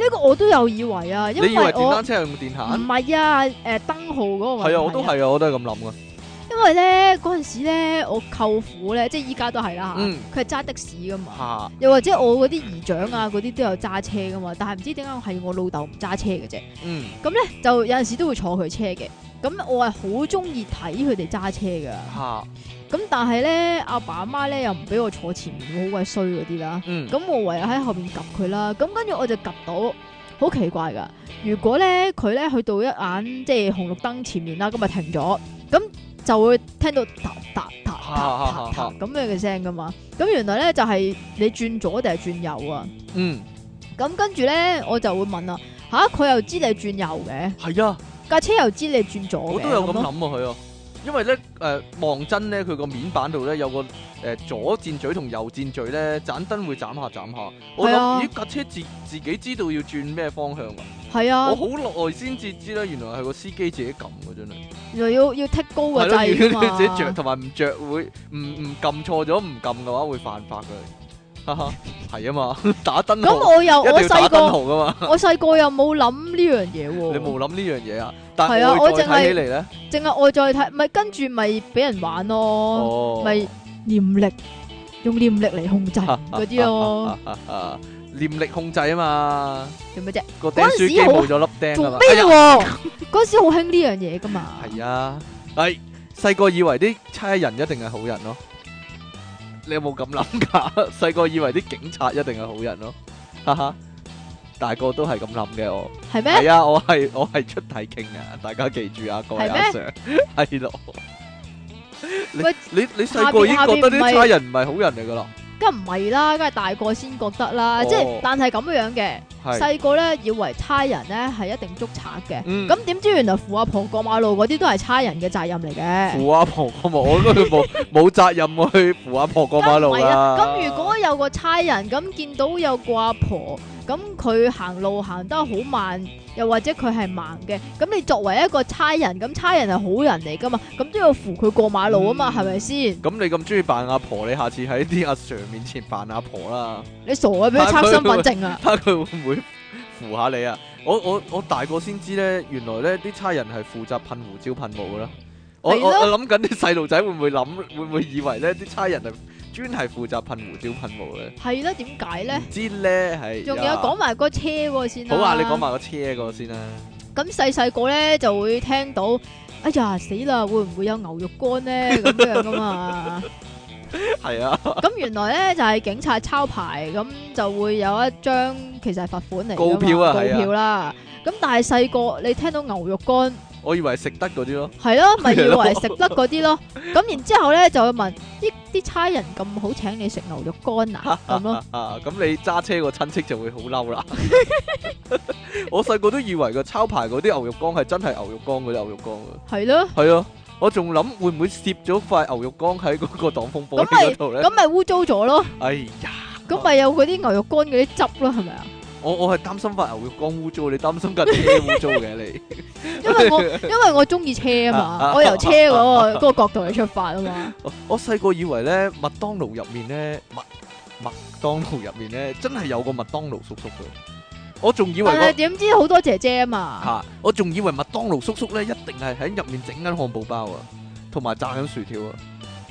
個我都有以為啊，因
你以為電
我
單車係用電
唔
行？
係啊，誒、燈號嗰個問題
係啊，我都係啊，我都係咁諗㗎。
因為咧嗰陣時咧，我舅父咧，即係依家都係啦嚇
嗯
佢係揸的士噶嘛。
嚇
又或者我嗰啲姨丈啊，嗰啲都有揸車噶嘛，但係唔知點解係我老豆唔揸車嘅啫。
嗯。
咁咧就有陣時都會坐佢車嘅。咁我係好中意睇佢哋揸車
吓，
噶。咁但係咧，阿爸阿媽咧又唔俾我坐前面，好鬼衰嗰啲啦。
嗯，
咁我唯有喺後面及佢啦。咁跟住我就及到，好奇怪噶。如果咧佢咧去到一眼即係紅綠燈前面啦，咁咪停咗，咁就會聽到嗒嗒嗒嗒嗒嗒咁樣嘅聲噶嘛。咁原來咧就係你轉左定係轉右啊？
嗯，
咁跟住咧我就會問啦，吓佢又知你轉右嘅，
係啊，
架車又知你轉左嘅，
我都有咁
咯
諗啊，佢啊，因為咧，誒望真咧，佢個面板度咧有個誒左箭嘴同右箭嘴咧，盞燈會斬下斬下，我
係啊
諗咦架車自自己知道要轉咩方向啊，
係啊
我，好耐先至知啦，原來係個司機自己撳嘅真係，
原來要要剔高個
係咯，
啊掣
如
㗎
果你自己着
嘛。
同埋唔着會唔唔撳錯咗唔撳嘅話會犯法嘅，哈哈，係啊嘛， 打燈
咁
號
我又
一
我
定要打
細
燈
個
號噶嘛，
我細個又冇諗呢樣嘢喎。
你冇諗呢樣嘢啊，但
係啊
係
我
我再
淨
睇
係
起嚟咧，
淨係我再睇，咪跟住咪俾人玩咯，
哦，
咪、念力用念力嚟控制嗰啲咯，
啊，念力控制啊嘛，
做乜啫？
個釘書機冇咗粒釘
做
啊嘛。
咩喎？嗰陣時好興呢樣嘢噶嘛，
係啊，係細個以為啲差人一定係好人咯，你有冇咁諗噶？ 細個以為啲警察一定係好人咯，哈哈，大個都係咁諗嘅我。
係咩？
係啊，我係我係出體傾啊，大家記住啊，各位
係咩
阿 Sir，係 咯。你
喂
你你細個已經
下邊
覺
下
得
邊唔係
啲差人唔係好人嚟噶啦，
梗唔係啦，梗係大個先覺得啦，
哦
即係但係咁樣嘅，
係，
細個咧以為差人咧係一定捉賊嘅，
嗯
咁點知原來扶阿婆過馬路嗰啲都係差人嘅責任嚟嘅。
扶阿婆過馬 路，我覺得佢冇冇責任去扶阿婆過馬路
梗唔係啊
啦。
咁如果有個差人咁見到有個阿婆，咁佢行路行得好慢，又或者佢係盲嘅，咁你作為一個差人，咁差人係好人嚟噶嘛，咁都要扶佢過馬路啊嘛，
嗯
係咪先？
咁你咁中意扮阿婆，你下次喺啲阿 Sir 面前扮阿婆啦，
你傻啊， 俾佢測身份證啊！
睇下佢會唔會扶下你啊？我我我大個先知咧，原來咧啲差人係負責噴胡椒噴霧噶啦。我
係
我
咯
我諗緊啲細路仔會唔會諗，會唔會以為咧啲差人係專係負責噴胡椒噴霧咧？
係啦，點解咧
唔？知咧係。
仲有
哎呀
講埋個車喎先啦。
好啊！你講。埋個車嗰個先啦。
咁細細個咧就會聽到，哎呀死啦，會唔會有牛肉乾咧咁樣噶嘛？
係啊，
咁原來咧就係、警察抄牌，咁就會有一張其實係罰款嚟㗎嘛
告票啊
告
係啊
票啦。咁但係細個你聽到牛肉乾
我以為食得嗰啲咯，
係咯，咪以
係咯
為食得嗰啲咯。咁然之後咧就會問：咦，啲差人咁好請你食牛肉乾 啊？咁咯，
啊咁你揸車個親戚就會好 嬲啦。我細個都以為個抄牌嗰啲牛肉乾係真係牛肉乾嗰啲牛肉乾
係
㗎
咯，
係啊，我仲諗會唔會攝咗塊牛肉乾喺嗰個擋風玻璃嗰度咧？
咁咪污糟咗咯，
哎呀，
咁咪有嗰啲牛肉乾嗰啲汁咯，係咪啊？
我我係擔心塊牛肉乾污糟，你擔心架車污糟嘅你。
因為我因為我中意車啊嘛，我由車
啊
嗰、個嗰個角度嚟出發啊嘛，
我我細個以為咧麥當勞入面咧麥麥當勞入面咧真係有個麥當勞叔叔嘅，我仲以為
但係
個
點知好多姐姐啊嘛。
嚇、我仲以為麥當勞叔叔咧一定係喺入面整緊漢堡包啊，同埋炸緊薯條啊，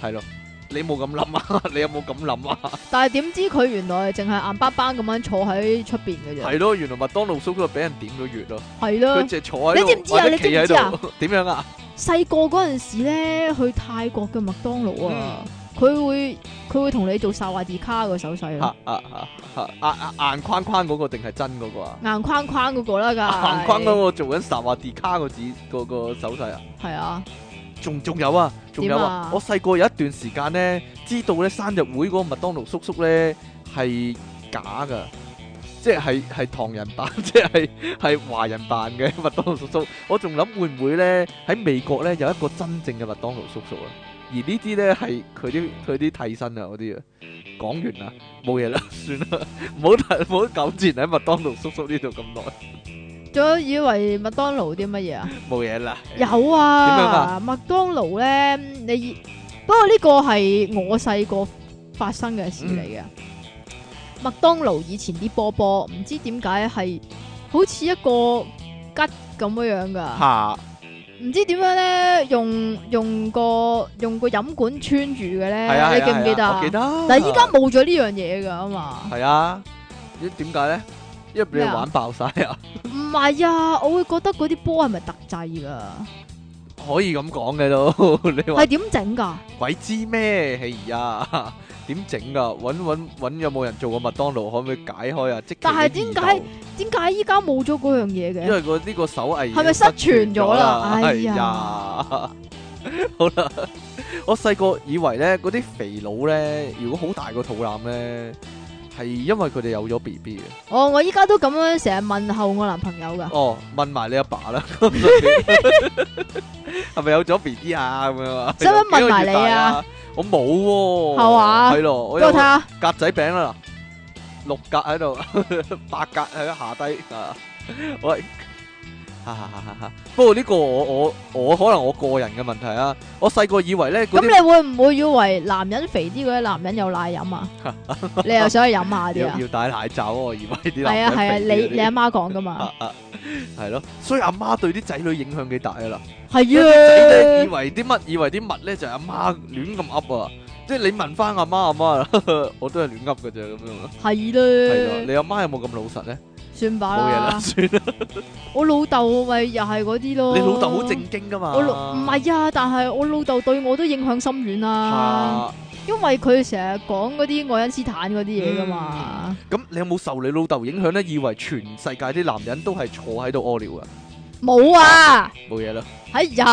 係咯。你冇咁諗啊！ 你有冇咁諗啊？
但 係點知佢原來淨係硬巴巴咁樣坐喺出邊嘅啫，
係咯，原來麥當勞叔叔俾人點咗穴咯，
係咯
佢。就坐
啊
喺
你知唔
度
知啊
或者
你知
企
唔
喺
知啊
度， 點樣啊？
細個嗰陣時咧，去泰國嘅麥當勞啊，
嗯
佢、會佢會同你做薩瓦迪卡個手勢
嚇
咯，
嚇嚇嚇啊啊硬框框嗰個定係真嗰個啊？
硬框框嗰個啦，噶
硬框嗰個做緊薩瓦迪卡個指個個手勢啊！
係啊，
仲仲有啊，仲有啊
點啊！
我細個有一段時間咧，知道咧生日會嗰個麥當勞叔叔咧係假噶，即係係唐人扮， 即係係華人扮 嘅麥當勞叔叔。我仲諗會唔會咧喺美國咧有一個真正嘅麥當勞叔叔啊？而呢啲咧係佢啲佢啲替身啊嗰啲啊。講完啦，冇嘢啦， 算啦，唔好提唔好糾纏喺麥當勞叔叔呢度咁耐，
仲有以為麥當勞啲乜嘢啊？
冇嘢啦。
有
點樣
啊
啊，
麥當勞咧，你以不過呢個係我細個發生嘅事嚟嘅。
嗯
麥當勞以前啲波波唔知點解係好似一個吉咁樣樣㗎。
嚇
唔知點樣咧，用用個用個飲管穿住嘅咧，
係啊，
你
係啊
記唔記得
係啊
啊？
我記得。
但係依家冇咗呢樣嘢噶啊嘛，
系啊，咦點解咧？因為俾你
咩啊
玩爆晒啊！
唔係啊，我會覺得嗰啲波係咪特製噶？
啊可以咁講嘅都， 你話
係點整㗎？
鬼知咩？哎呀， 點整噶？揾揾揾有冇人做過麥當勞？可唔可以解開啊？即
但係
係
點解點解依家冇咗嗰樣嘢
因
嘅？
為個呢個手藝
係咪失傳咗啦
哎
哎
呀
呀，
好啦， 我細個以為咧嗰啲肥佬咧，如果好大個肚腩咧，係因為佢哋有咗 B B 嘅。
哦，我依家都咁樣成日問候我男朋友㗎。
哦，問埋你阿爸啦，係咪有咗 B B 啊？咁樣啊？
使唔使問埋你啊
幾個月大？我冇喎，
係嘛
係咯，我
俾
有
我睇下，
格仔餅啦，嗱，六格喺 度，八格喺下低啊！喂，哈哈哈哈哈！不過呢個我我我可能我個人嘅問題啊，我細個以為咧嗰
咁
啲
你會唔會以為男人肥啲嗰啲男人有奶飲 啊？你又想去飲下啲
要
啊？
要戴奶罩啊，我以為啲男
係啊
仔
係啊，
肥
你
啲
你阿媽講㗎嘛？
啊啊，係咯，所以阿媽對啲仔女影響幾大啊啦。
係
仔咧以
啊，
為啲乜，以為啲物咧就係阿媽亂咁噏啊！即係你問翻阿媽阿媽， 我都係亂噏嘅啫咁樣啊。係
係
咯，
啦，
你阿媽有冇咁老實咧？
算
冇
吧
嘢
啦
啦，。算啦。
我老豆咪又係嗰啲咯。
你老豆好正經噶嘛？
我老唔係啊，但係我老豆對我都影響深遠啦，
啊。
因為佢成日講嗰啲愛因斯坦嗰啲嘢噶嘛，
咁你有冇受你老豆影響咧？以為全世界啲男人都係坐喺度屙尿啊？
冇啊，
冇嘢啦。
哎呀，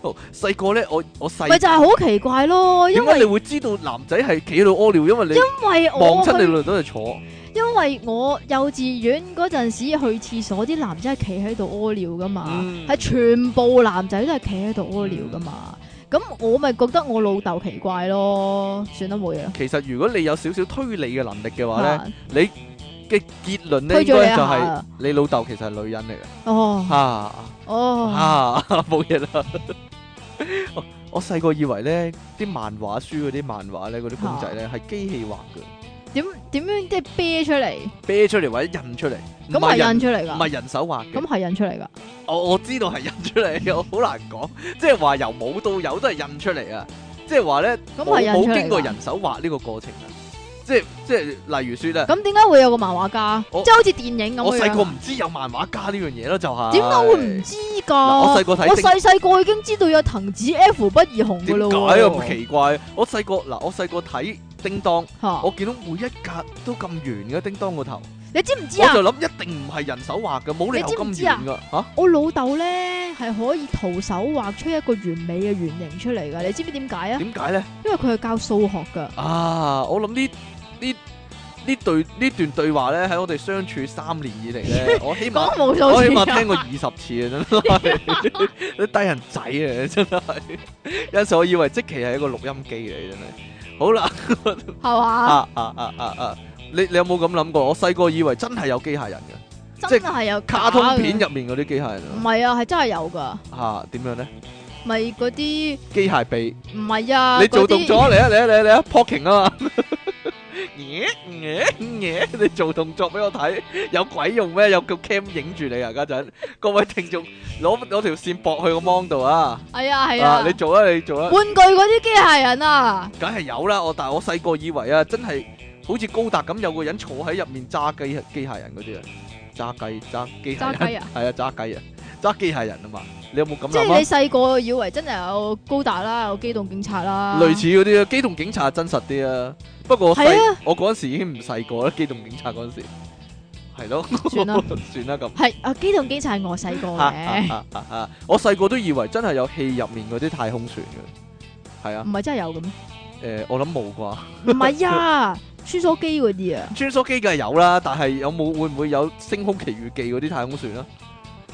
好細個咧，我我細
咪就係好奇怪咯，因
點解
為
你會知道男仔係企喺度屙尿？因為你
因為
望
我
親你
去，
老豆都係坐。
因為我幼稚園嗰陣時去廁所，啲男仔係企喺度屙尿噶嘛，
嗯
係、全部男仔都係企喺度屙尿噶嘛，
嗯
咁我咪覺得我老豆奇怪咯，算啦冇嘢啦，
其實如果你有少少推理嘅能力嘅話咧。
啊
嘅結論
推咗你
咧，應
一
該就係
下，
你老豆其實係女人嚟嘅，
哦
嚇
哦。
嚇 冇嘢啦。我我細個以為咧，啲漫畫書嗰啲漫畫咧，嗰啲公仔
啊
咧係機器畫嘅，
點點樣即係啤出嚟？
啤出嚟或者印出嚟，唔
咁係印
人
出嚟
唔
㗎，
係人手畫嘅
咁。係印出嚟㗎。
我我知道係印出嚟， 我好難講，即係話由冇到有都係印出嚟啊！即係話咧，
咁
冇
係印
冇
出
經
嚟
過
㗎。
人手畫呢個過程啊，即係即係例如説咧，
咁點解會有個漫畫家？
我
即係好似電影咁樣。啊
我細個唔知有漫畫家呢樣嘢咯，就係
點解會唔知㗎？
嗱我細
我
個睇星
細細個已經知道有藤子 F 不二雄㗎
點
咯
解啊
喎。
咁奇怪？我細個嗱，我細個睇叮當，
嚇
我見到每一格都咁圓嘅叮當個頭，
你知唔知
我
啊？
就諗一定唔係人手畫嘅，冇理由
你知唔
咁
知啊
圓噶嚇。
我老豆咧係可以徒手畫出一個完美嘅圓形出嚟㗎。你知唔知點解啊？
點解咧？
因為佢係教數學㗎。
啊，我諗呢呢呢對呢段對話咧，喺我哋相處三年以嚟咧，我起碼
講無
我起
數
碼
次啊
聽過二十次啊，真係你低人仔啊，真係有陣時我以為即其係一個錄音機嚟，真係好啦，
係嘛？
啊啊啊啊啊！你你有冇咁諗過？我細個以為真係有機械人嘅，
真係有假
卡通片
嘅
入面嗰啲機械人
唔係啊，係真係有㗎。
啊，嚇點樣咧？
咪嗰啲
機械臂。
唔係啊，
你做
嗰
動
啲
咗， 嚟啊嚟啊嚟啊嚟啊，poking 啊嘛，嘢嘢嘢，你做動作俾我睇，有鬼用咩？有個 cam 影住你啊家陣，各位聽眾攞攞條線駁去個 mon 度啊，
係啊係
啊
啊
你，做啊你做啊，
玩具嗰啲機械人 啊，
梗係有啦，我但係我細個以為啊，真係好似高達咁有個人坐喺入面揸機機械人嗰啲啊，揸雞揸機
揸
械
雞
人，
啊！
係啊揸雞啊，揸機械人啊嘛，你有冇咁
即係
諗
你
啊？
細個以為真係有高達啦，有機動警察啦，
類似嗰啲啊，機動警察真實啲啊。不過我細
係啊
我嗰陣時已經唔細個啦，機動警察嗰陣時係咯，
算啦
算啦咁。
係啊，機動警察係我細個
啊
嘅，
我細個都以為真係有戲入面嗰啲太空船嘅，係啊
唔，係真係有嘅咩？嗯
誒、我諗冇啩。
唔係 啊，穿梭機嗰啲啊，
穿梭機梗係有啦，但係有冇會唔會有《星空奇遇記》嗰啲太空船啊？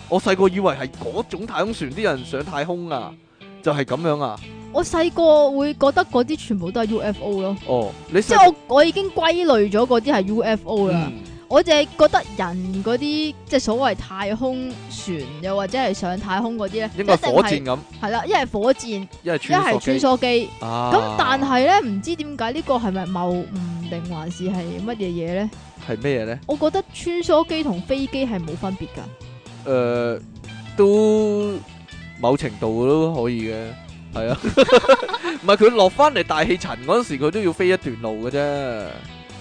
我細個以為係嗰種太空船，啲人上太空啊，就係、咁樣啊。
我細個會覺得嗰啲全部都係 UFO 咯，
哦，你
即係
細
我啊我已經歸類咗嗰啲係 UFO 啦。
嗯
我淨係覺得人嗰啲即係所謂太空船，又或者係上太空嗰啲咧，
應該
一定
係火箭
係
咁，
係啦，一係火箭，
一係
一
穿
係
梭
穿
機。啊
梭機。
咁
咁、但係咧，唔知點解呢個係咪謬誤定還是係乜嘢嘢咧？
係咩嘢咧？
我覺得穿梭機同飛機係冇分別㗎。
誒、呃都某程度都可以嘅，係 啊，唔係佢落翻嚟大氣層嗰陣時，佢都要飛一段路嘅啫，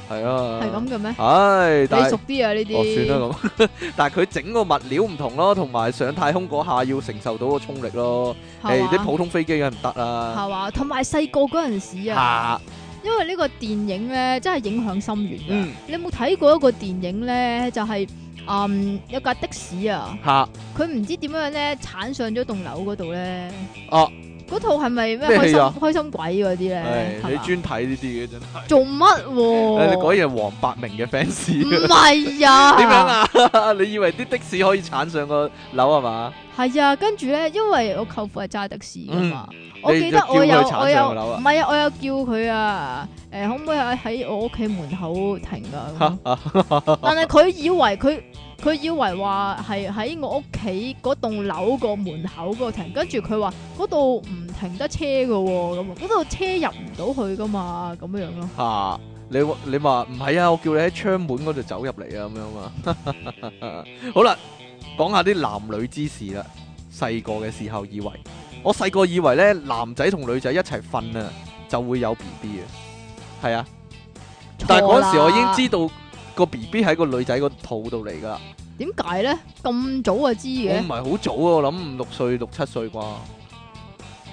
係啊，
係咁嘅咩？
唉，但
你
係
熟啲啊呢
哦，算
啲，
啦咁， 但係佢整個物料唔同咯，同埋上太空嗰下要承受到個衝力咯，誒啲
係嘛？
普通飛機梗係唔得啦，
係嘛？同埋細個嗰陣時啊，
嚇，
因為呢個電影咧真係影響深遠㗎。
嗯
你有冇睇過一個電影咧？就係、嗯有架的士啊，
嚇，
佢唔知點樣咧鏟上咗棟樓嗰度咧。
哦，
嗰套係咪咩
咩
開
戲
心
啊
開心鬼嗰啲
唉
咧？係
你
嘛哦
專睇呢啲嘅真係，
做乜喎？
你果然係黃百鳴嘅 fans
唔。係啊？
點樣？啊？ 你以為啲的士可以鏟上個樓係嘛？
係啊，跟住咧，因為我舅父係揸的士噶嘛，我
嗯你
記
就
得我有
叫佢鏟
我有
上樓啊
唔係啊，我有叫佢啊，誒、可唔可以喺喺我屋企門口停啊？咁但係佢以為佢佢以為話係喺我屋企嗰棟樓個門口嗰度停，跟住佢話嗰度唔停得車噶喎，咁啊嗰度車入唔到去噶嘛，咁樣樣咯。
吓、你話你話唔係啊？我叫你喺窗門嗰度走入嚟啊，咁樣啊。 好啦，講下啲男女之事啦。細個嘅時候以為，我細個以為咧，男仔同女仔一齊瞓啊，就會有 B B 嘅，係啊。但係嗰陣時我已經知道個 B B 喺個女仔個肚度嚟噶，
知點解咧咁早就知
我
嘅
唔，係好早啊，我諗五六歲、六七歲啩，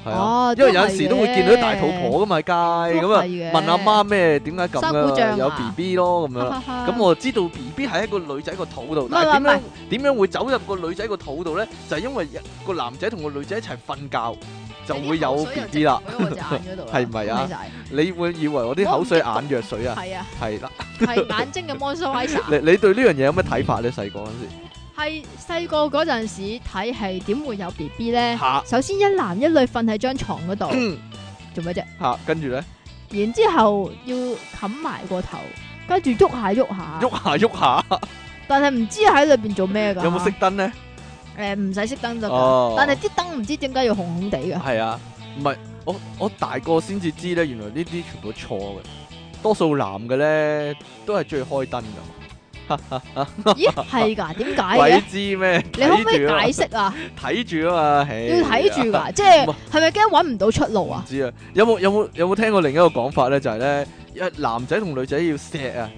係啊。
哦
因為有
都係
陣時都會見到啲大肚婆噶嘛喺街，咁啊
都係嘅
問阿媽咩點解咁
生姑
啊
丈
有
啊
B B 咯咁 樣啦，
哈哈哈
咁我就知道 B B 喺一個女仔個肚度，
唔係
但係
唔
點樣
係
點樣會走入個女仔個肚度咧？就係因為個男仔同個女仔一齊瞓覺就會有 B B 啦。
你啲口水又直落咗我隻眼嗰度啦
係咪啊
恭喜晒
你會以為我啲口水
我唔
眼藥水啊？
係啊，
係啦，
係眼睛嘅 moisturizer。
你你對呢樣嘢有咩睇法咧？細個嗰陣時
係細個嗰陣時睇係點會有 B B 咧？
嚇嗯
首先一男一女瞓喺張床嗰度，做咩啫？
嚇，跟住咧
然之後要冚埋個頭，跟住喐下喐下，
喐下喐下，
但係唔知喺裏邊做咩㗎？
有冇熄燈咧？
誒唔使熄燈得㗎
哦
但係啲燈唔知點解要紅紅地 㗎。
係啊，唔係我我大個先至知咧，原來呢啲全部錯嘅，多數男嘅咧都係中意開燈㗎。
咦，係㗎？點解
鬼啊
嘅？
知咩？
你可唔可以
睇住啊
解釋啊？
睇住啊嘛，唉
要睇住㗎，即
唔係
係係咪驚揾唔到出路
唔
啊？
知啊，有冇有冇有冇聽過另一個講法咧？就係咧，一男仔同女仔要錫啊，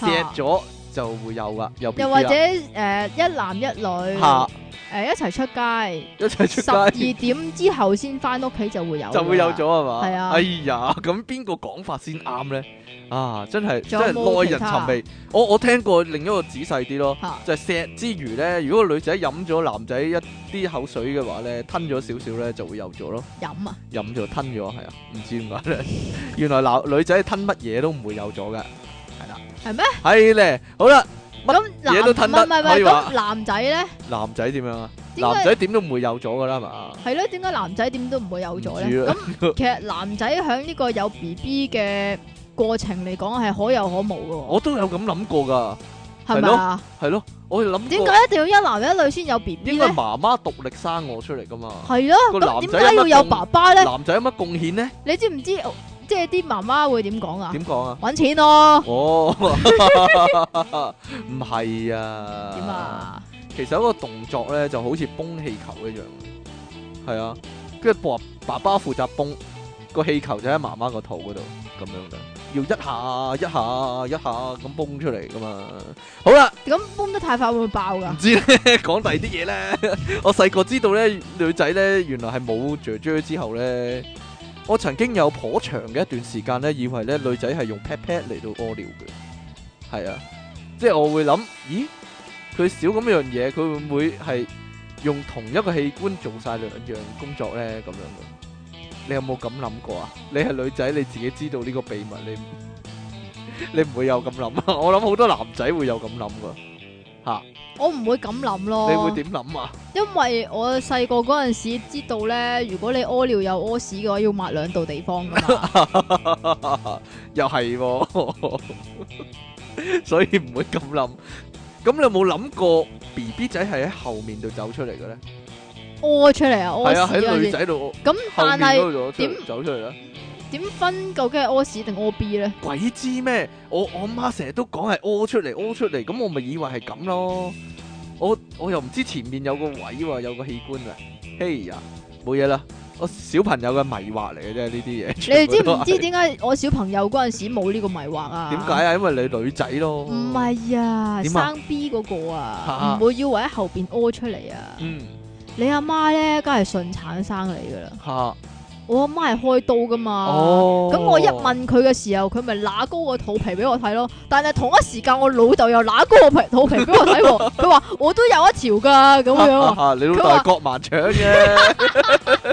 錫咗就會有啦，有 BB
又或者
啦
诶、呃一男一女，
嚇
诶、一齊出街，
一齊出
十二
街
點之後先翻屋企就會有，
就會有咗。係嘛？
係啊
哎呀，咁邊個講法先啱咧？啊，真係真
仲有
係
冇
耐人
其他
尋味。我我聽過另一個仔細啲咯。
吓
就係錫之餘咧，如果個女仔飲咗男仔一啲口水嘅話咧，吞咗少少咧就會有咗咯，
飲啊，
飲咗吞咗係啊，唔知點解咧。 原來男女仔吞乜嘢都唔會有咗嘅，係啦。
係咩？
係咧，好啦，乜
咁
嘢
男
都吞得
唔係唔係唔
可以
係
話
咁男仔咧，
男仔點樣啊？
點解
男仔點都唔會有咗噶啦係嘛。
係咯，點解男仔點都唔會有咗
唔知
咧？
啊
咁其實男仔喺呢個有 B B 嘅過程嚟講係可有可無
我都有咁諗過
嘅
㗎，
喎，係咪啊？
哦係咯，我諗過
點解一定要一男一女先有 B B
應該
咧？
媽媽獨立生我出嚟㗎嘛？
係咯，
個男
咁
仔
點解
有乜
要有
貢
爸爸咧？
男仔有乜貢獻咧？
你知唔知即係啲媽媽會點講啊？
點講啊？
搵錢咯，
哦，唔係啊，
點？啊？
其實一個動作咧就好似崩氣球一樣，係啊，跟住爸爸爸負責崩個氣球就喺媽媽個肚嗰度咁樣嘅，要一下一下一下咁崩出嚟噶嘛。好啦，
咁崩得太快會爆
唔
噶？
知咧 講第二啲嘢咧， 我細個知道咧女仔咧原來係冇雀雀之後咧。我曾經有頗長嘅一段時間咧，以為咧女仔係用 pat pat 嚟到屙尿嘅，係啊，即係我會諗，咦，佢少咁樣嘢，佢會唔會係用同一個器官做晒兩樣工作咧？咁樣嘅，你有冇咁諗過啊？你係女仔，你自己知道呢個秘密，你唔你唔會有咁諗啊？我諗好多男仔會有咁諗噶，
我唔會咁諗咯。
你會點諗啊？
因為我細個嗰阵时知道咧，如果你屙尿又屙屎嘅話，要抹兩度地方噶 嘛。
又係喎， 所以唔會咁諗。咁你有冇諗過 B B 仔係喺後面度走出嚟嘅咧？
屙出嚟啊，屙
係啊，
屎
喺
嗰
女
陣時。
仔度
咁
後
但
面
係
嗰度
點
走出嚟走出嚟咧？
點分究竟係屙屎定屙 B 咧？
鬼知咩？我我媽成日都講係屙出嚟屙出嚟，咁我咪以為係咁咯。我我又唔知前面有個位喎，有個器官啊。嘿呀，冇嘢啦。我小朋友嘅迷惑嚟嘅啫，呢啲嘢。
你哋
全部
知
都
唔
係
知點解我小朋友嗰阵时冇呢個迷惑啊？
點解？啊？因為你女仔咯。
唔係啊，
點啊
生 B 嗰個
嚇
啊，唔會要喺後边屙出嚟啊！
嗯
你阿媽咧，梗係順產生你噶啦。
嚇。
我阿媽係開刀噶嘛。
哦。
啊咁我一問佢嘅時候，佢咪揦高個肚皮俾我睇咯。但係同一時間，我老豆又揦高個皮肚皮俾我睇 喎。佢話我都有一條㗎咁樣喎。
啊，你老
佢
豆
話
係割盲 腸嘅，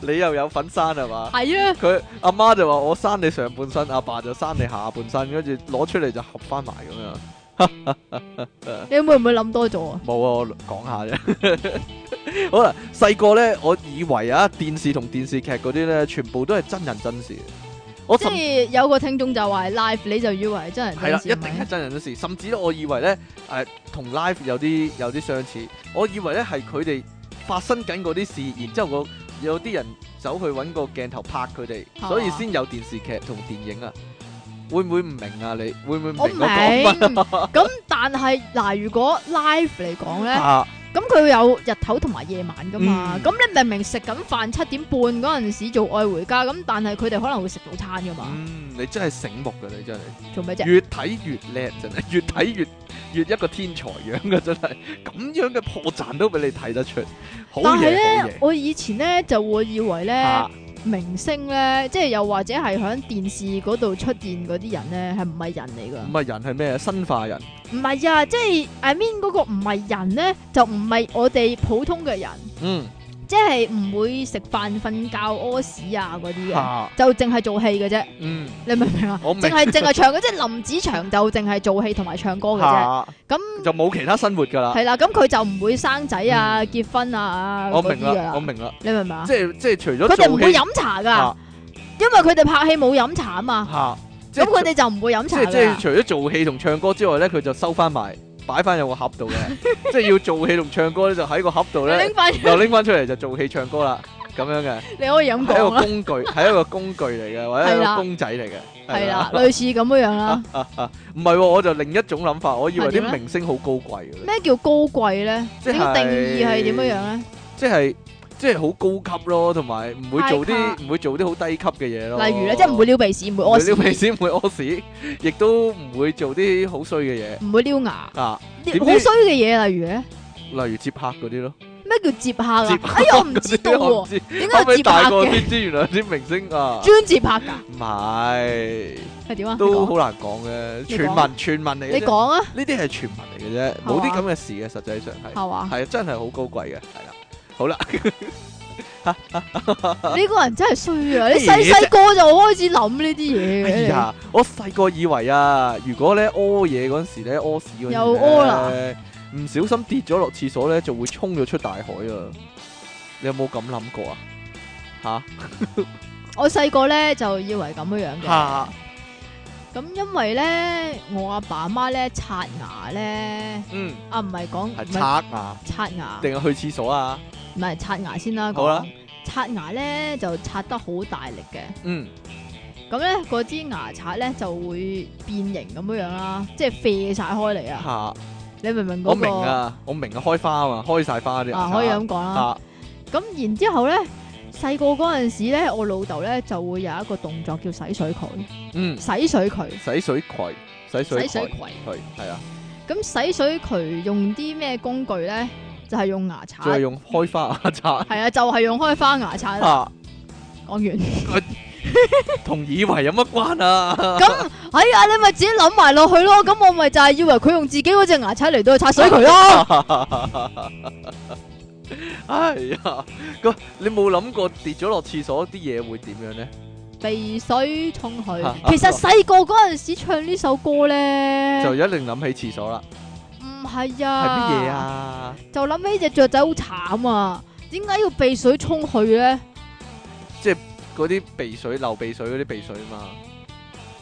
你又有份生係嘛？
係啊，
佢阿媽就話我生你上半身，阿爸就生你下半身，跟住攞出嚟就合翻埋咁樣。
你會唔會諗多咗 啊？
冇啊，我講下啫。 好啦，細個咧，我以為啊，電視同電視劇嗰啲咧，全部都係真人真事。我
即
甚
係有個聽眾就話 live，你就以為係真人
係
真
啦，
事
一定係真人真事，甚至咧，我以為咧，誒、同 live 有啲有啲相似，我以為咧係佢哋發生緊嗰啲事，然之後個有啲人走去揾個鏡頭拍佢哋，
啊
所以先有電視劇同電影啊。會唔會唔明啊？你會唔會唔
我
明
明
我講乜
咁，但係嗱，如果 live 嚟講咧，
啊？
咁佢有日頭同埋夜晚噶嘛
嗯。
咁你明明食緊飯七點半嗰陣時做愛回家，咁但係佢哋可能會食早餐噶嘛。
嗯，你真係醒目㗎，你真係。
做咩啫？
越睇越叻，真係 越睇越越一個天才樣嘅，真係咁樣嘅破綻都俾你睇得出，好
但係
嘢好
咧
嘢，啊
我以前咧就會以為咧。
嚇
明星咧，即係又或者係喺電視嗰度出現嗰啲人咧，係唔係人嚟
唔
噶？
係啊人係咩？生化人
唔係啊，即係 I mean 嗰個唔係人咧，就唔係我哋普通嘅人，
嗯
即係唔會食飯、瞓覺、屙屎啊嗰啲嘅，
嚇
就淨係做戲嘅啫。
嗯。
你明唔明啊？
我明
淨係淨係唱嘅，即係林子祥就淨係做戲同埋唱歌嘅啫。
嚇
咁
就冇其他生活噶啦。
係啦，咁佢就唔會生仔啊、
嗯
結婚啊
我
嗰啲
明
㗎
啦，
啦。
我明啦，
你明唔明啊
即？係即係除咗
佢哋唔
做
會
戲
飲茶㗎
嚇，
因為佢哋拍戲冇飲茶啊嘛。
嚇，即
咁
係
佢哋就唔會飲
即
茶
係即
㗎啦
係除咗做戲同唱歌之外咧，佢就收翻埋擺翻入個盒 度嘅，即係要做戲同唱歌咧就喺個盒度
你
咧
拎翻，
又拎翻出嚟就做戲唱歌啦，咁樣嘅
你可以咁
係一
講
個
啦，
工具，係一個工具嚟嘅，或者係一
係
個啊
啦
公仔嚟嘅，
係啦，類似咁樣樣 啦。
唔係喎，我就另一種諗法，我以為
係點
啲
咧
明星好高貴嘅，
咩叫高貴咧？
即
你
係
個定義係點樣樣咧？
即係即係好高級咯，同埋唔會做
太
啲唔會做啲好低級嘅嘢咯。
例如咧，即係唔會撩鼻屎，唔會屙
唔會撩鼻
屎，
屎，唔會屙屎，亦都唔會做啲好衰嘅
唔會撩牙，
嘢啊，
啲
點知
好衰嘅嘢，例如咧，
例如接客嗰啲咯。
咩叫接客啊
接？客
哎呀，我唔知道
嗰啲我唔
喎，
知，
點解
後
要
尾
接
大
客
個
嘅？
先知原來啲明星 啊，
專接客㗎，
唔係
係點啊？你
都好
講
難講嘅，
你
傳
講
聞傳聞嚟嘅
你
啫。
講啊，
呢啲係傳聞嚟嘅啫，
嘛
冇啲咁嘅事嘅，實際上係
係嘛？
係啊真係好高貴嘅，係啦。好啦，
呢個人真係衰啊！你
乜啊嘢
細細個就開始諗呢啲嘢
哎
嘅，
呀，我細個以為啊，如果咧屙嘢嗰陣時咧屙屎嗰陣時咧
又屙啦，
唔小心跌咗落廁所咧，就會衝咗出大海啊！你有冇咁諗過啊？吓
我細個咧就以為咁樣樣嘅
嚇。
咁因為咧，我阿爸阿媽咧刷牙咧，
嗯，
啊唔係講唔
係
係
刷牙
刷牙，
定係去廁所啊？
唔係刷牙先啦。
好啦
講，刷牙咧就刷得好大力嘅。
嗯，
咁咧嗰支牙刷咧就會變形咁樣樣啦，即係啡晒開嚟啊！
嚇，
你明唔明
我
嗰
明
個？
啊，我明啊，開花啊嘛，開晒花啲
啊，可以咁講啦。
啊，
咁然之後咧，細個嗰陣時咧，我老豆咧就會有一個動作叫洗水渠，
嗯，
洗水渠，
洗水渠，洗
洗
水渠
水，渠。
係係啊，
咁洗水渠用啲咩工具咧？就係用牙刷
仲係，用開花牙刷
係啊，就係用開花牙刷啦。
啊。
講完，
同以為有乜關啊？
咁哎呀，你咪自己諗埋落去咯。咁我咪就係以為佢用自己嗰隻牙刷嚟到去刷水渠咯。
啊哎呀，咁你冇諗過跌咗落廁所啲嘢會點樣呢？
鼻水沖去
啊。
其實細個嗰陣時唱呢首歌咧，
就一定諗起廁所啦。
唔係
係
啊，
乜嘢？啊？
就諗起只雀仔好慘啊！點解要鼻水沖去咧？
嗰啲鼻水流鼻水嗰啲鼻水嘛，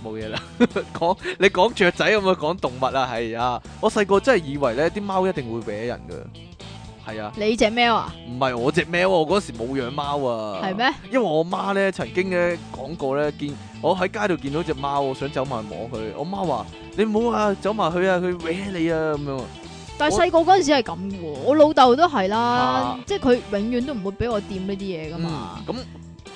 冇嘢啦。 講你講雀仔有冇講動物啊？係啊，我細個真係以為呢啲貓一定會搲人㗎。係啊，
你只喵啊？
唔係我只喵啊，我嗰時冇養貓啊。
係？咩？
因為我媽咧曾經咧講過咧，見我喺街度見到只貓，我想走埋摸佢，我媽話：你唔好啊，走埋去啊，佢搲你啊咁樣啊。
但係
我
細個嗰陣時係咁嘅喎，我老豆都係啦
啊，
即係佢永遠都唔會俾我掂呢啲嘢噶嘛
嗯，。咁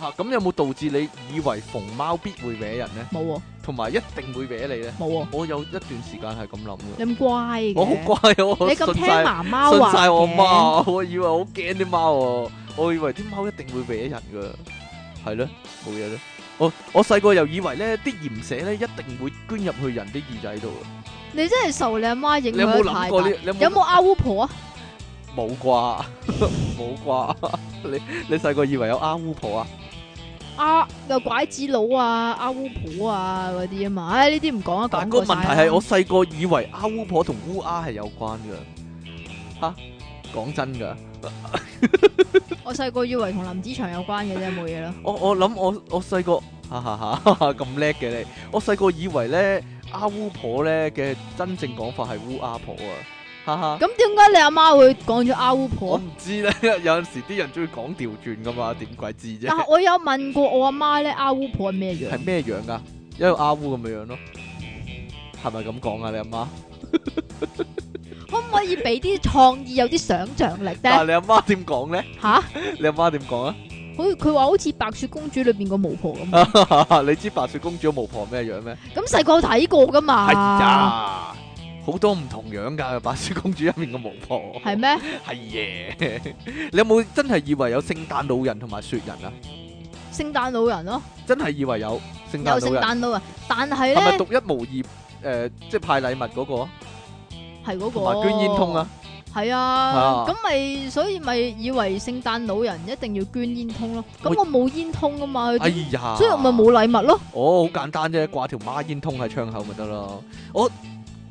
嚇咁有冇導致你以為逢貓必會搲人咧，
冇喎，
同埋一定會搲你咧？
冇喎，
我有一段時間係咁諗嘅，
你咁乖嘅，
我好乖啊，我
你咁
信
聽
晒
媽媽話
信晒我
嘅，
媽，我以為好驚啲貓喎，我以為啲貓一定會搲人噶，係咯，冇嘢咯。我我細個又以為咧啲鹽蛇咧一定會捐入去人啲耳仔度㗎。
你真係受你阿媽影
你有冇
響
諗
太
過呢
大。
你有冇
有冇阿烏婆啊？
冇啩？ 冇啩？ 你你細個以為有阿烏婆啊？
阿啊有拐子佬啊，阿烏婆啊嗰啲啊嘛，唉呢啲唔講啊，
但
講
係個
過晒
問
啦
題係我細個以為阿烏婆同烏鴉係有關㗎。吓，講真㗎，
我細個以為同林子祥有關嘅啫，冇嘢啦。
我我諗我我細個哈哈 哈哈咁叻嘅你，我細個以為咧阿烏婆咧嘅真正講法係烏鴉婆啊，哈哈。
咁點解你阿媽會講咗阿烏
我
婆？
唔知咧， 有陣時啲人中意講調轉㗎嘛，點鬼知
但係
啫？
我有問過我阿媽咧，阿烏婆係咩樣？
係咩樣㗎？一個阿烏咁嘅樣咯，係咪咁講啊？你阿媽？
可唔可以俾啲創意有啲想像力
但係
咧？
你阿媽點講咧？
吓？
你阿媽點講啊？
好，佢話好似白雪公主裏邊個巫婆咁。
你知白雪公主巫婆咩樣咩？
咁細個睇過噶嘛？
係呀，好多唔同樣㗎。白雪公主入面嘅巫婆
係咩？
係耶。 你有冇真係以為有聖誕老人同埋雪人啊？
聖誕老人咯，
真係以為有聖
有
誕
聖
老人，
誕老人，但係
係咪
咧
獨一無二？誒、即係派禮物嗰、個啊，
係嗰
同埋
個
捐煙通啊，，
係
啊
啊，咁咪所以咪以為聖誕老人一定要捐煙通咯。咁
喂
我冇煙通噶嘛，
哎
佢
呀，
所以我咪冇禮物咯，
哦，好簡單啫，掛條孖煙通喺窗口咪得咯。我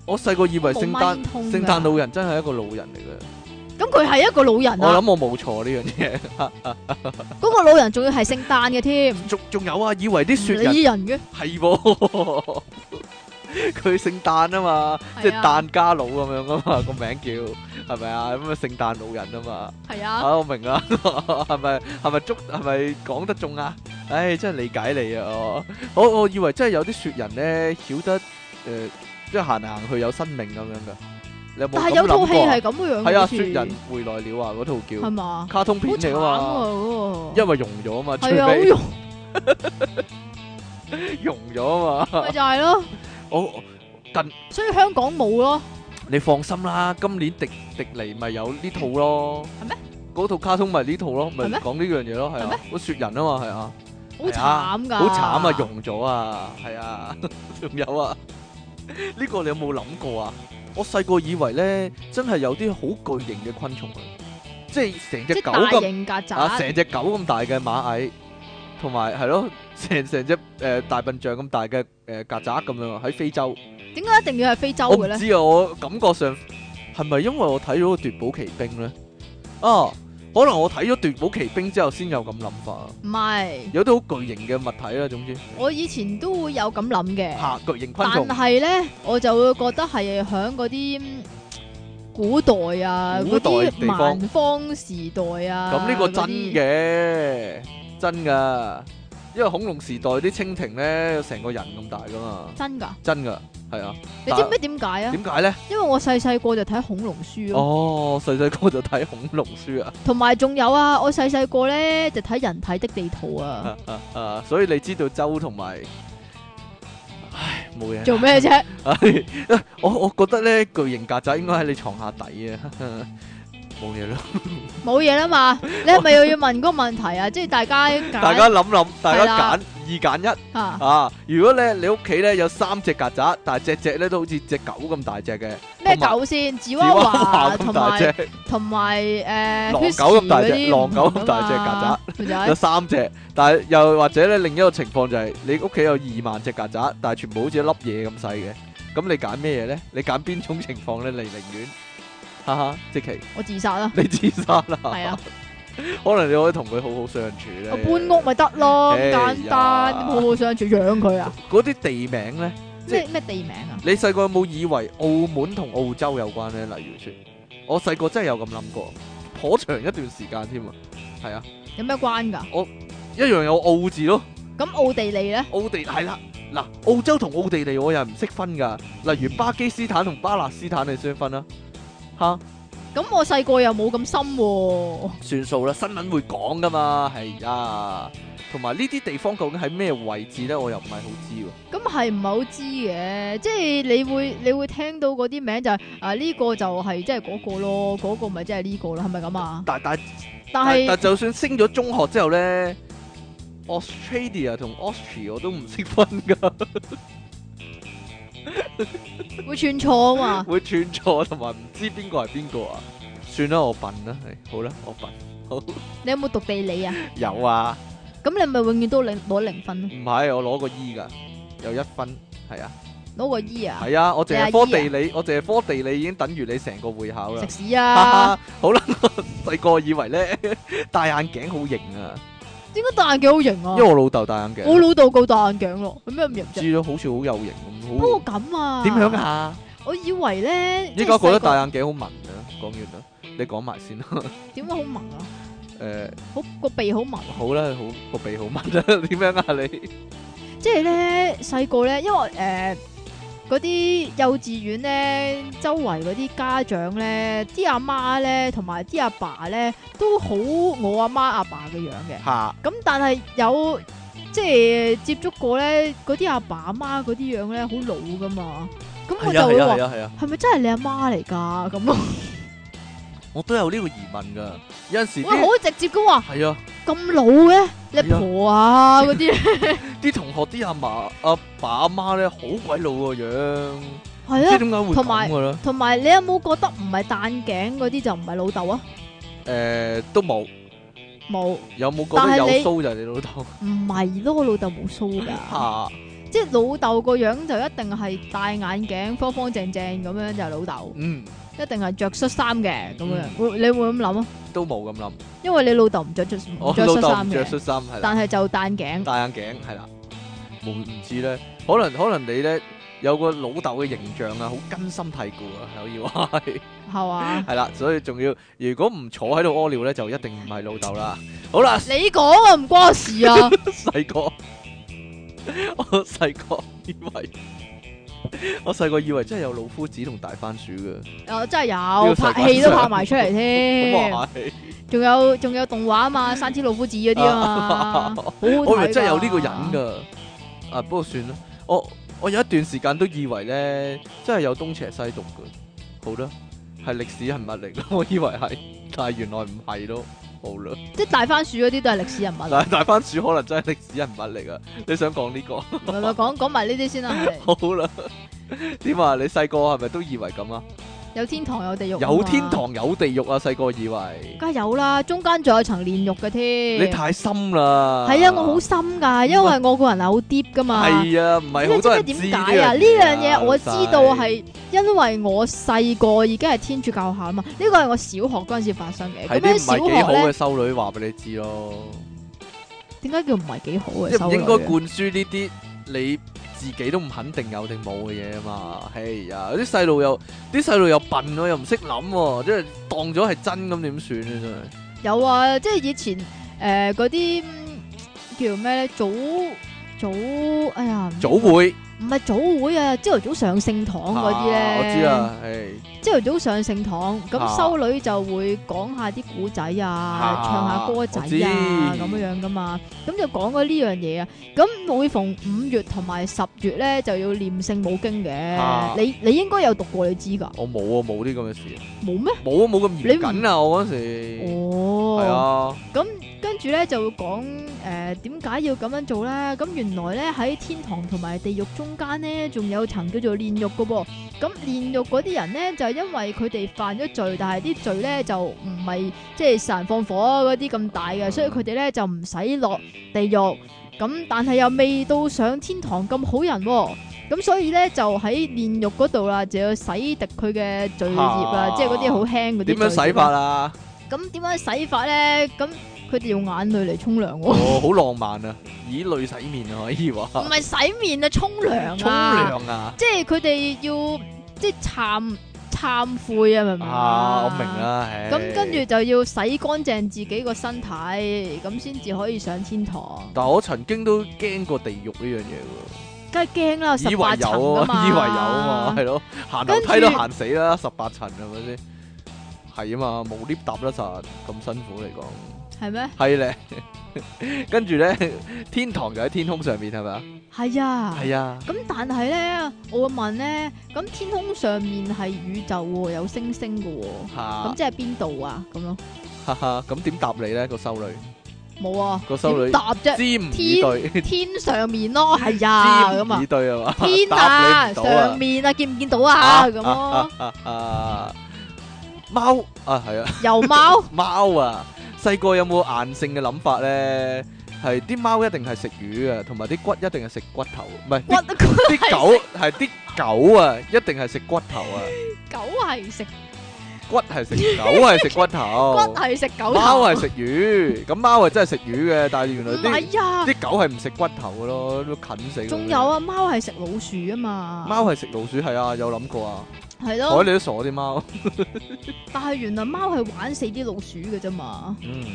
我細個以為聖
冇孖
誕
煙通㗎啊
聖誕老人真係一個老人嚟嘅，
咁佢係一個老人
我
啊，
諗我冇錯呢樣嘢。
嗰個老人仲要係聖誕嘅添，
仲仲有啊，以為啲雪人
理人嘅，
係喎， 佢聖誕啊嘛，即係
啊
誕家佬咁樣啊嘛，個名叫係咪啊？咁啊聖誕老人啊嘛，
係啊。
啊我明 啦，係咪係咪捉係咪講得中啊？唉，真係理解你啊！我我我 ờ, 以為真係有啲雪人咧，曉得誒，即係行嚟行去有生命咁樣噶，你有冇
但
咁
係有套
諗
戲
過啊
係咁樣，
係啊，
好似
雪人回來了啊，嗰套
係
叫
嘛，
卡通
好
片
慘
嚟
啊
啊嘛，
嗰個，
因為融咗啊嘛，最
係啊，好
尾
用
融咗啊嘛，
咪就係咯，
我
所以香港冇咯，
你放心啦，今年迪迪尼咪有呢套咯，
係咩？
嗰套卡通咪呢套咯，咪
係咩
講呢樣嘢咯，係
係
啊
咩，
個雪人啊嘛，係啊。
好
係啊
慘㗎，
好慘啊，融咗啊，係啊， 仲有啊，呢個你有冇諗過啊？我細個以為咧，真係有啲好巨型嘅昆蟲啊，即係成
即
隻
係
狗
大
咁
型曱甴
啊，成隻狗咁大嘅螞蟻，同埋係咯，成成隻誒大笨象咁大嘅誒曱甴咁樣啊喺非洲，
點解一定要係非洲
我
嘅
唔
咧？
知啊，我感覺上係咪因為我睇咗奪寶奇兵咧？啊，可能我睇咗奪寶奇兵之後先有咁諗法啊，
唔係，
有啲好巨型嘅物體啦，總之。
我以前都會有咁諗嘅。
吓巨型昆
但
蟲，
係咧，我就會覺得係響嗰啲嗯古代啊，
古
嗰
代地
啲
方
蠻荒時代啊，
咁呢個真
嗰啲，
嘅，真噶，因為恐龍時代啲蜻蜓咧，成個人咁大噶嘛，
真㗎？
真噶，係啊，
你知唔知點解啊？
點解咧？
因為我細細個就睇恐龍書啊咯，
哦，細細個就睇恐龍書啊
同埋仲有啊，我細細個咧就睇《人體的地圖》啊，
啊啊 啊，所以你知道周同埋，唉，冇嘢啦。
做咩啫？
唉我我覺得咧，巨型曱甴應該喺你床下底啊， 冇嘢啦。
冇嘢啦 嘛，你係咪又要問嗰個問題啊？即係大家揀
大家諗諗，大
係啦
家揀二揀一。
嚇
啊！如果咧你屋企咧有三隻曱甴，但係隻隻咧都好似只狗咁大隻嘅，
咩
同埋
狗先？紫
紫
娃
娃
娃
娃咁
同
大隻
埋，同埋呃誒
狼狗咁大隻
啊
狼狗咁大
隻
隻
曱甴，
有三隻。但係又或者咧另一個情況就係、你屋企有二萬隻曱甴，但係全部好似一粒嘢咁細嘅，咁你揀咩嘢咧？你揀邊種情況咧？你寧願哈哈，即奇
我自殺啦，
你自殺啦！
係啊，
可能你可以同佢好好相處咧。
我搬屋咪得咯，咁
哎呀
簡單，好好相處，養佢啊，
嗰啲地名咧，即
咩咩地名啊？
你細個有冇以為澳門同澳洲有關咧？例如説，我細個真係有咁諗過，頗長一段時間添啊，係啊。
有咩關㗎？
一樣有澳字咯，
咁奧地利咧，
奧地係啦，嗱澳洲同奧地利我又唔識分噶，例如巴基斯坦同巴勒斯坦你識唔識分啊啦，吓
咁我細個又冇咁深喎，
算數啦，新聞會講噶嘛，係啊，同埋呢啲地方究竟喺咩位置咧，我又唔係好知喎，
咁係唔係好知嘅？即係你會你會聽到嗰啲名就係啊呢個就係即係嗰個咯，嗰個咪即係呢個咯，係咪咁啊？
但但
但
但
係
但就算升咗中學之後咧，Australia 同 Austria 我都唔識分 噶，
會串錯啊嘛，
會串錯同埋唔知邊個係邊個啊，算啦，我笨啦，係好啦，我笨，
你有冇讀地理啊？
有啊。
咁你咪永遠都領攞零分咯，
唔係，我攞個 E 噶，有一分，係啊，
攞個 E 啊？
係啊，我淨係科
你阿
地理，我淨係科地理已經等於你成個會考啦
食。屎啊！
好啦， 我細個以為咧 戴眼鏡好型啊，
點解戴眼鏡好型啊
因為？我老豆戴眼鏡，
我老豆夠戴眼鏡咯，有咩咁型啫？
知咯，好似好有型
不
咁，好
過咁啊，
點樣？啊？
我以為咧，
依家覺得戴
大
眼鏡好文啊，講完啦，你講埋先啦。
點解好萌啊？
誒，
好個鼻好啊萌，
好啦，好個鼻好文啦，點樣啊你？
即係咧細個咧，因為誒嗰啲幼稚園咧，周圍嗰啲家長咧，啲阿媽咧，同埋啲阿爸咧，都好我阿媽阿爸嘅樣嘅。
嚇
咁但係有即係接觸過咧，嗰啲阿爸阿媽嗰啲樣咧，好老噶嘛。咁我
係啊
就
係
會
啊
話
係啊係啊！
係咪真係你阿媽嚟㗎？咁咯，
我都有呢個疑問㗎，有陣時
喂，
啲
好直接咁話
係啊。
咁老嘅，你
係啊
婆啊嗰啲，
啲同學啲阿嫲阿爸阿媽咧好鬼老個樣，唔
係
知
啊。
點解會
同埋
咁嘅咧？
同埋你有冇覺得唔係戴眼鏡嗰啲就唔係老豆啊？
誒、都冇，
冇，
有冇覺
但
得
係
有
你
須就係你老豆
唔係咯，我老豆冇鬚㗎，
嚇？
即係老豆個樣就一定係戴眼鏡，方方正正咁樣就係老豆，
嗯，
一定係着恤衫嘅咁樣
嗯。
會你會咁諗啊？
都冇咁諗。
因為你老豆唔着恤唔
我
着
哦老
恤
豆
衫
唔着
嘅，
恤衫係啦，
但係就戴眼 鏡。
戴眼鏡係啦，冇唔知咧，可能可能你咧有個老豆嘅形象啊，好根深蒂固啊，可以話 係。
係嘛？
係啦，所以仲要如果唔坐喺度屙尿咧，就一定唔係老豆啦。好啦，
你講啊，唔關我 事啊！
細個，我細個以為我細個以為真係有老夫子同大番薯嘅，
又哦真係
個
有
世界
拍戲都
上
拍埋出嚟
咁
添，
啊係
仲有仲有動畫啊 嘛，山之老夫子嗰啲啊嘛，好好睇
我以為真係有呢個
㗎
人噶。啊，不過算啦，我我有一段時間都以為咧，真係有東邪西毒嘅。好啦，係歷史人物嚟咯， 我以為係，但係原來唔係咯。好啦，
即係大番薯嗰啲都係歷史人物
但
嚟。
係大番薯可能真係歷史人物嚟噶。你想講呢、個？
咪咪講講埋呢啲先啦，係
好啦，點啊？你細個係咪都以為咁啊？
有天堂有地獄。
有天，堂有地獄啊！細個以為
梗係有啦，中間仲有層煉獄嘅添。
你太深啦。
係啊，我好深㗎，因為我個人係好 deep 㗎嘛。
係啊，唔係
你
好
知
多
唔
人
知
知
點解啊？呢樣
樣
嘢我知道
老細
係因為我細個已經係天主教下啊嘛，呢個係我小學嗰陣時發生嘅。
係
咁
啲
樣
唔
小
係幾好
學
嘅
咧，
修女話俾你知咯，
點解叫唔係幾好嘅
即係
修
唔
女
應
啊？
該灌輸呢啲你自己都唔肯定有定冇嘅嘢啊嘛。係啊，啲細路又啲細路又笨咯，又唔識諗喎，即係當咗係真咁點算咧？真係
有啊，即係以前誒嗰啲嗯叫咩咧？早早哎呀，唔
早會
唔係早會啊，朝頭早上聖堂嗰啲
啊
咧，
我知，啊，係
朝頭早上聖堂，
啊
咁修女就會講下啲古仔啊，唱下歌仔
我知
啊，咁樣樣噶嘛，咁就講過呢樣嘢啊。咁每逢五月同埋十月咧，就要念聖母經
啊
嘅。你你應該有讀過，你知㗎，
我冇啊，冇啲咁嘅事，
冇咩？
冇啊，冇咁嚴
你唔
謹啊，我嗰時係
哦，
啊，
咁跟住咧就會講誒點解要咁樣做咧？咁原來咧喺天堂同埋地獄中間咧，仲有層叫做煉獄嘅噃。咁煉獄嗰啲人咧，就係因為佢哋犯咗罪，但係啲罪咧就唔係即係殺人放火嗰啲咁大嘅，所以佢哋咧就唔使落地獄。咁但係又未到上天堂咁好人喎、咁所以咧就喺煉獄嗰度啦，就要洗滌佢嘅罪孽啦，
啊
即係嗰啲好輕嗰啲
點樣
罪
洗
孽啦
法啊？
咁點樣洗法咧？咁佢哋用眼淚嚟沖涼喎，
哦，好浪漫啊，以淚洗面啊，可以話
唔係洗面啊，沖涼
沖
啊，
涼啊。
即係佢哋要即係懺懺悔啊，明唔明
啊，我明。啦，唉
咁跟住，就要洗乾淨自己個身體，咁先至可以上天堂。
但我曾經都驚過地獄呢樣嘢
梗係驚啦，
喎，以
十
為
八層
有
㗎嘛，
啊，以為有啊嘛，係咯，行樓梯
跟
都
住
行死啦，十八層係咪先？係啊嘛，冇 lift 搭得實，咁辛苦嚟講，
係咩？
係咧。 跟住咧，天堂就喺天空上面，係咪啊？
係啊。
係啊，
咁但係咧，我會問咧，咁天空上面係宇宙喎，有星星㗎喎，咁
嚇，
即係邊度啊？咁咯，
哈哈，咁點答你咧？個修女
冇啊，
個修
點
女
答啫？
知唔以對，
天上面咯，係 啊，
知
咁
唔
啊
以，對啊嘛，
天
答你
啊，
唔到啊
上面啊，見唔見到啊？咁咯，
啊貓啊，係啊。
油 貓
猫啊，細個有冇硬性嘅諗法咧？係啲貓一定係食魚啊，同埋啲骨一定係食骨頭，唔係
骨
啲啲狗係啲狗啊，一定係食骨頭啊，
狗係食
骨係食狗係食骨
骨
頭，
係食狗
哦貓
頭，
係食魚，咁貓係啊真係食魚嘅，但係原來
唔
啲
係啊，
啲狗係唔食骨頭嘅咯，都啃死。
仲有，啊，貓係食老鼠啊嘛，
貓係食老鼠係啊，有諗過啊，
係
睬
咯，
你都傻啊啲貓。
但係原來貓係玩死啲老鼠嘅啫嘛，
嗯，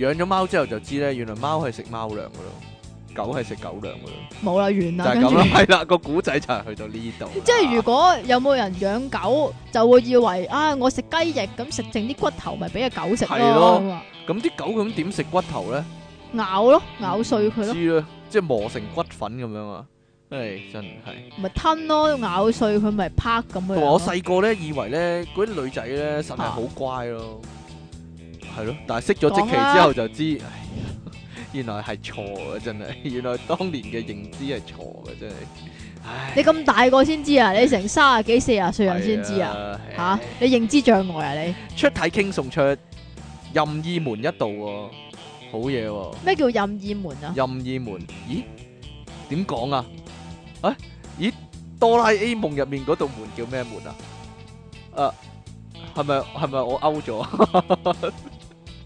養咗貓之後就知咧，原來貓係食貓糧嘅咯，狗係食狗糧嘅咯。
冇啦，完啦，跟
就係咁
住
啦，。 係啦，個古仔就係去到呢度啦。
即係如果有冇人養狗，就會以為啊，我食雞翼咁食剩啲骨頭，咪俾只狗食
係咯
咯，咁啊
咁啲狗咁點食骨頭咧？
咬咯，咬碎佢咯。
知啦，即係磨成骨粉咁樣啊！唉，真係。
咪吞咯，咬碎佢咪啪咁樣咯。
同埋我細個咧，以為咧嗰啲女仔咧實係好乖咯，係咯。但係識咗即期之後就知，唉 原來係錯嘅，真係。 原來當年嘅認知係錯嘅，真係。唉，
你咁大個先知 啊，你成三十幾四十歲人先知啊，
係
吓、你認知障礙啊你？
出體傾送出任意門一度喎，好嘢喎！
咩叫任意門啊？
任意門，咦？點講啊？啊？咦？哆啦 A 夢入面嗰道門叫咩門啊？誒，係咪係咪我勾咗啊？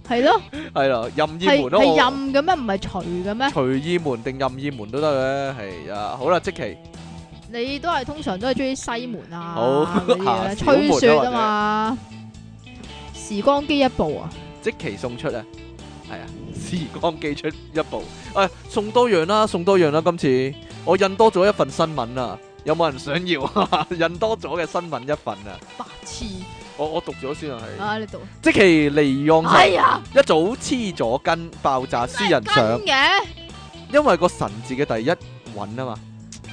係咯，
係啦，任意
係
門咯，
係
我
任嘅咩？唔係除嘅咩？
隨意門定任意門都得嘅，係啊。好啦，即期
你都係通常都係中意西門啊，
好
嗰啲嘢
小 門啊
吹雪啊嘛。時光機一步啊，
即期送出啊，係 啊，時光寄出一步。誒，送多樣啦，送多樣啦，今次我印多咗一份新聞啊，有冇人想 要啊？印多咗嘅新聞一份啊！
白痴
我我讀咗先啊，係
啊！你讀
即其利用
哎呀
一早黐咗根爆炸私人相，
跟嘅，
因為個神字嘅第一韻啊嘛，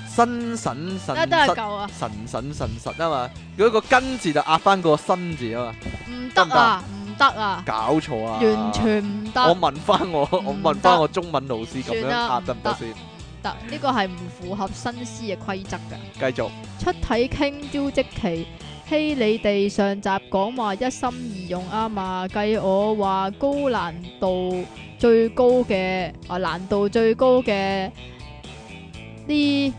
新神神
得得係
實
夠啊！
神神神實啊嘛，如果個根字就壓翻個新字啊嘛，
唔得啊，唔得啊，
搞錯啊！
完全啊唔
我
得，
問翻我，我問翻我中文老師咁
算
樣
啦
壓得唔得
唔得
先？
得呢個係唔符合新思嘅規則㗎。
繼續
出體傾招積奇，希你哋上集講話一心二用啊嘛，計我話高難度最高嘅啊難度最高嘅呢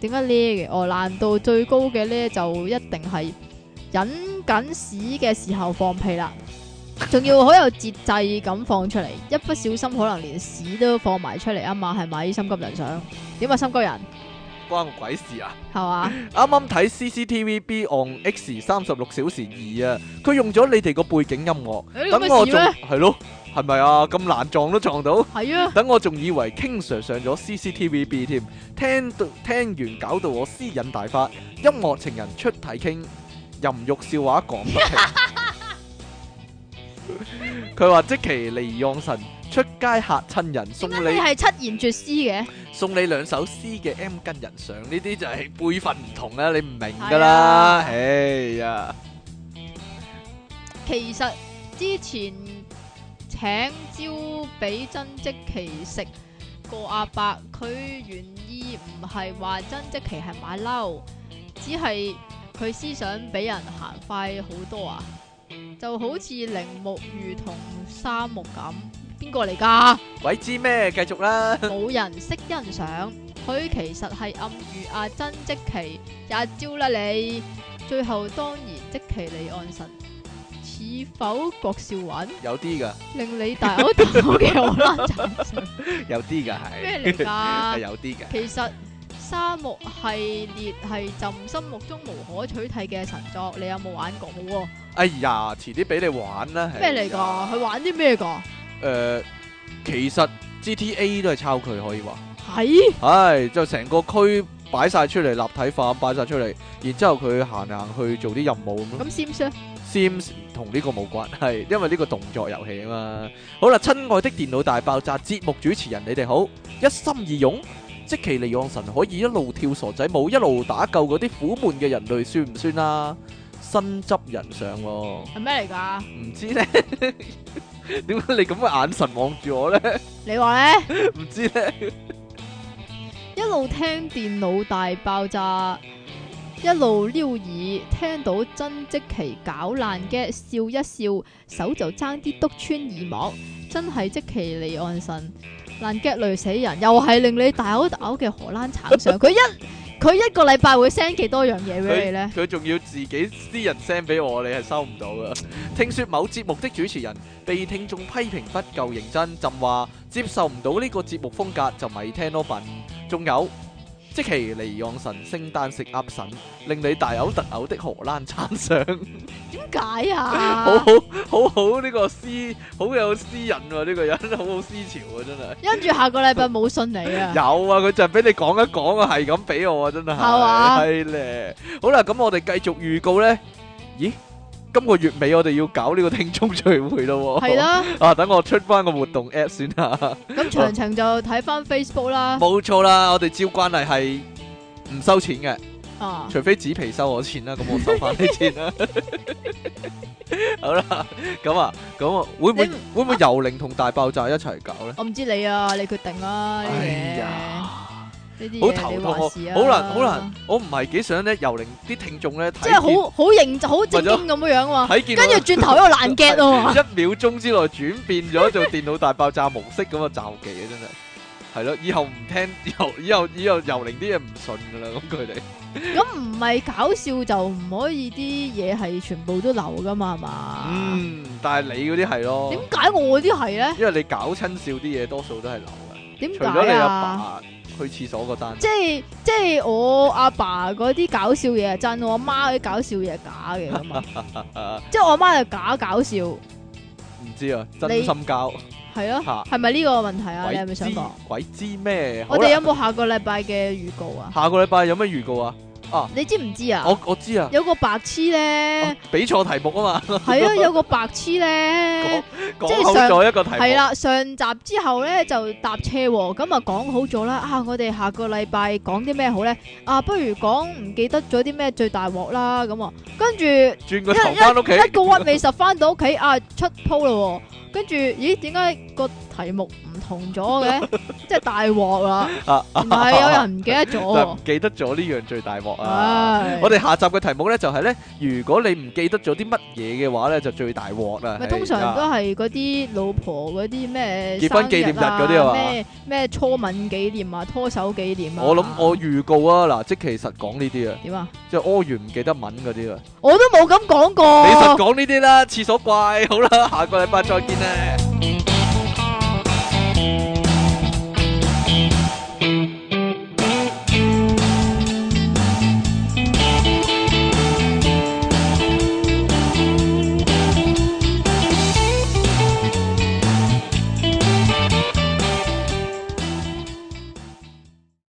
點解呢嘅？哦難度最高嘅呢就一定係忍緊屎嘅時候放屁啦。仲要好有節制咁放出嚟，一不小心可能連屎都放埋出嚟啊嘛，係咪心急人上？點啊，心急人
關我鬼事啊！
係嘛？
啱啱睇 CCTV B on X 三十六小時二啊，佢用咗你哋個背景音樂，
有啲咁
等
嘅
我
事
仲
咩？
係咯，係咪啊？咁難撞都撞到，
係 啊。
等我仲以為 King Sir 上咗 CCTV B 添，聽到聽完搞到我私隱大發，音樂情人出體傾，淫欲笑話講不停。佢話即其離讓神出街嚇親人，送
點解
你
你係七言絕詩嘅？
送你兩首詩嘅 M 跟人上，呢啲就係輩分唔同啦，你唔明
係
噶啦，
啊
唉呀，
其實之前請招俾曾積奇食個阿伯，佢原意唔係話曾積奇係馬騮，只係佢思想比人行快好多啊！就好似鈴木如同沙木咁，邊個嚟㗎？
鬼知咩？繼續啦，
冇人識欣賞，佢其實係暗喻阿珍即奇也招啦你。最後當然即奇離岸神，似否郭少雲
有啲噶，
令你大嘔頭嘅好難讚賞
有啲噶係，
咩嚟
係啊
㗎？
有啲嘅，
其實沙漠系列係朕心目中無可取替嘅神作，你有冇玩過冇喎？
哎呀，遲啲俾你玩啦，
咩嚟
唉呀？
㗎？佢玩啲咩㗎？
誒，其實 GTA 都係抄佢可以 話，
係
唉，就成個區擺晒出嚟，立體化擺晒出嚟，然之後佢行行去做啲任務咁
咁
咯。
Sims 呢
Sims 同呢個冇關係，因為呢個動作遊戲啊嘛。好啦，親愛的電腦大爆炸節目主持人，你哋好，一心二用，即其利用神可以一路跳傻仔舞，一路打救嗰啲苦悶嘅人類，算唔算啊？新執人上 喎、
係咩嚟㗎？
唔知呢？點解你咁嘅眼神望住我呢？
你話咧？
唔知呢？
一路聽電腦大爆炸，一路撩耳，聽到曾積奇搞爛嘅笑一笑，手就爭啲督穿耳膜，真係積淇離岸神爛 g 累死人，又係令你大口大口嘅荷蘭橙上，佢一佢一個禮拜會 send 幾多樣嘢俾你呢？
佢仲要自己私人 send 俾我，你係收唔到噶。聽說某節目的主持人被聽眾批評不夠認真，朕話接受唔到呢個節目風格就咪聽咯笨。仲有即其離讓神聖誕食鴨神，令你大嘔特嘔的荷蘭餐相，
點解啊？
好好好好呢個私好有私人喎、呢、個人好好私潮啊真係。
跟住下個禮拜冇信你啊！
有啊，佢就係俾你講一講啊，係咁俾我啊，真係
係嘛
係咧。好啦，咁我哋繼續預告咧。咦，今個月尾我哋要搞呢個聽眾聚會咯喎。
係。啦，
啊，等我出翻個活動 app 先 啊。
咁詳情就睇翻 Facebook 啦。
冇錯啦，我哋照慣例係唔收錢嘅，
啊，
除非紙皮收我錢啦，咁我收翻啲錢啦。好啦，咁啊，咁啊，會唔會
你
會唔會遊靈同大爆炸一齊搞咧？
我唔知你啊，你決定啦呢啲
哎
嘢。
呀！
呢啲
好
嘢
頭
你
痛，
話
我
事啊，
好難好難，，我唔係幾想咧，由令啲聽眾咧睇
即係
見
好好認真、好正經咁樣樣喎，
睇見啊
跟住轉頭又爛 get 喎，
我 一秒鐘之內轉變咗做電腦大爆炸模式咁嘅罩技啊，真係係咯，以後唔聽， 以後以後以後由令啲嘢唔信噶啦，咁佢哋
咁唔係搞笑就唔可以啲嘢係全部都流噶嘛，係嘛？
嗯，但係你嗰啲係
啊
咯
點，解我啲係咧？
因為你搞親笑啲嘢多數都係流噶，
點
除咗你
解
阿
啊？
爸去廁所嗰單，
即係即係我阿爸嗰啲搞笑嘢係真，我阿媽嗰啲搞笑嘢係假嘅咁啊！ 即係我阿媽就假搞笑，
唔知啊，真
你
心交
係咯，
嚇，
係咪呢個問題啊？你係
鬼
咪
知
想講？
鬼知咩？好
我哋
啦，
有冇下個禮拜嘅預告啊？
下個禮拜有咩預告啊？啊
你知唔知啊？
我我知啊，
有個白痴
啊
咧，
俾錯題目 啊嘛，
係啊，有個白痴咧
講，講
係
好
上
咗一個題目，
係，啦，上集之後咧就搭車喎，咁啊講好咗啦，啊我哋下個禮拜講啲咩好咧？啊，不如講唔記得咗啲咩最大鑊啦，咁啊，跟住一
轉個頭翻屋企，
一個屈尾十翻到屋企啊出鋪啦，跟住咦點解個題目唔同咗嘅？即係大鑊啦，唔係有人唔記得咗
但唔
喎，
記得咗呢樣最大鑊
哦
啊！
唉
我哋下集嘅題目咧就係咧，如果你唔記得咗啲乜嘢嘅話咧，就最大鑊啊哎啦。
咪通常都係嗰啲老婆嗰啲咩
結婚紀念日嗰啲
啊，
啊嘛
咩咩初吻紀念啊，拖手紀念啊。
我諗我預告啊，嗱，即其實講呢啲啊，
點啊？
即係屙完唔記得吻嗰啲啊。
我都冇咁講過。
你實講呢啲啦，廁所怪，好啦，下個禮拜再見啦。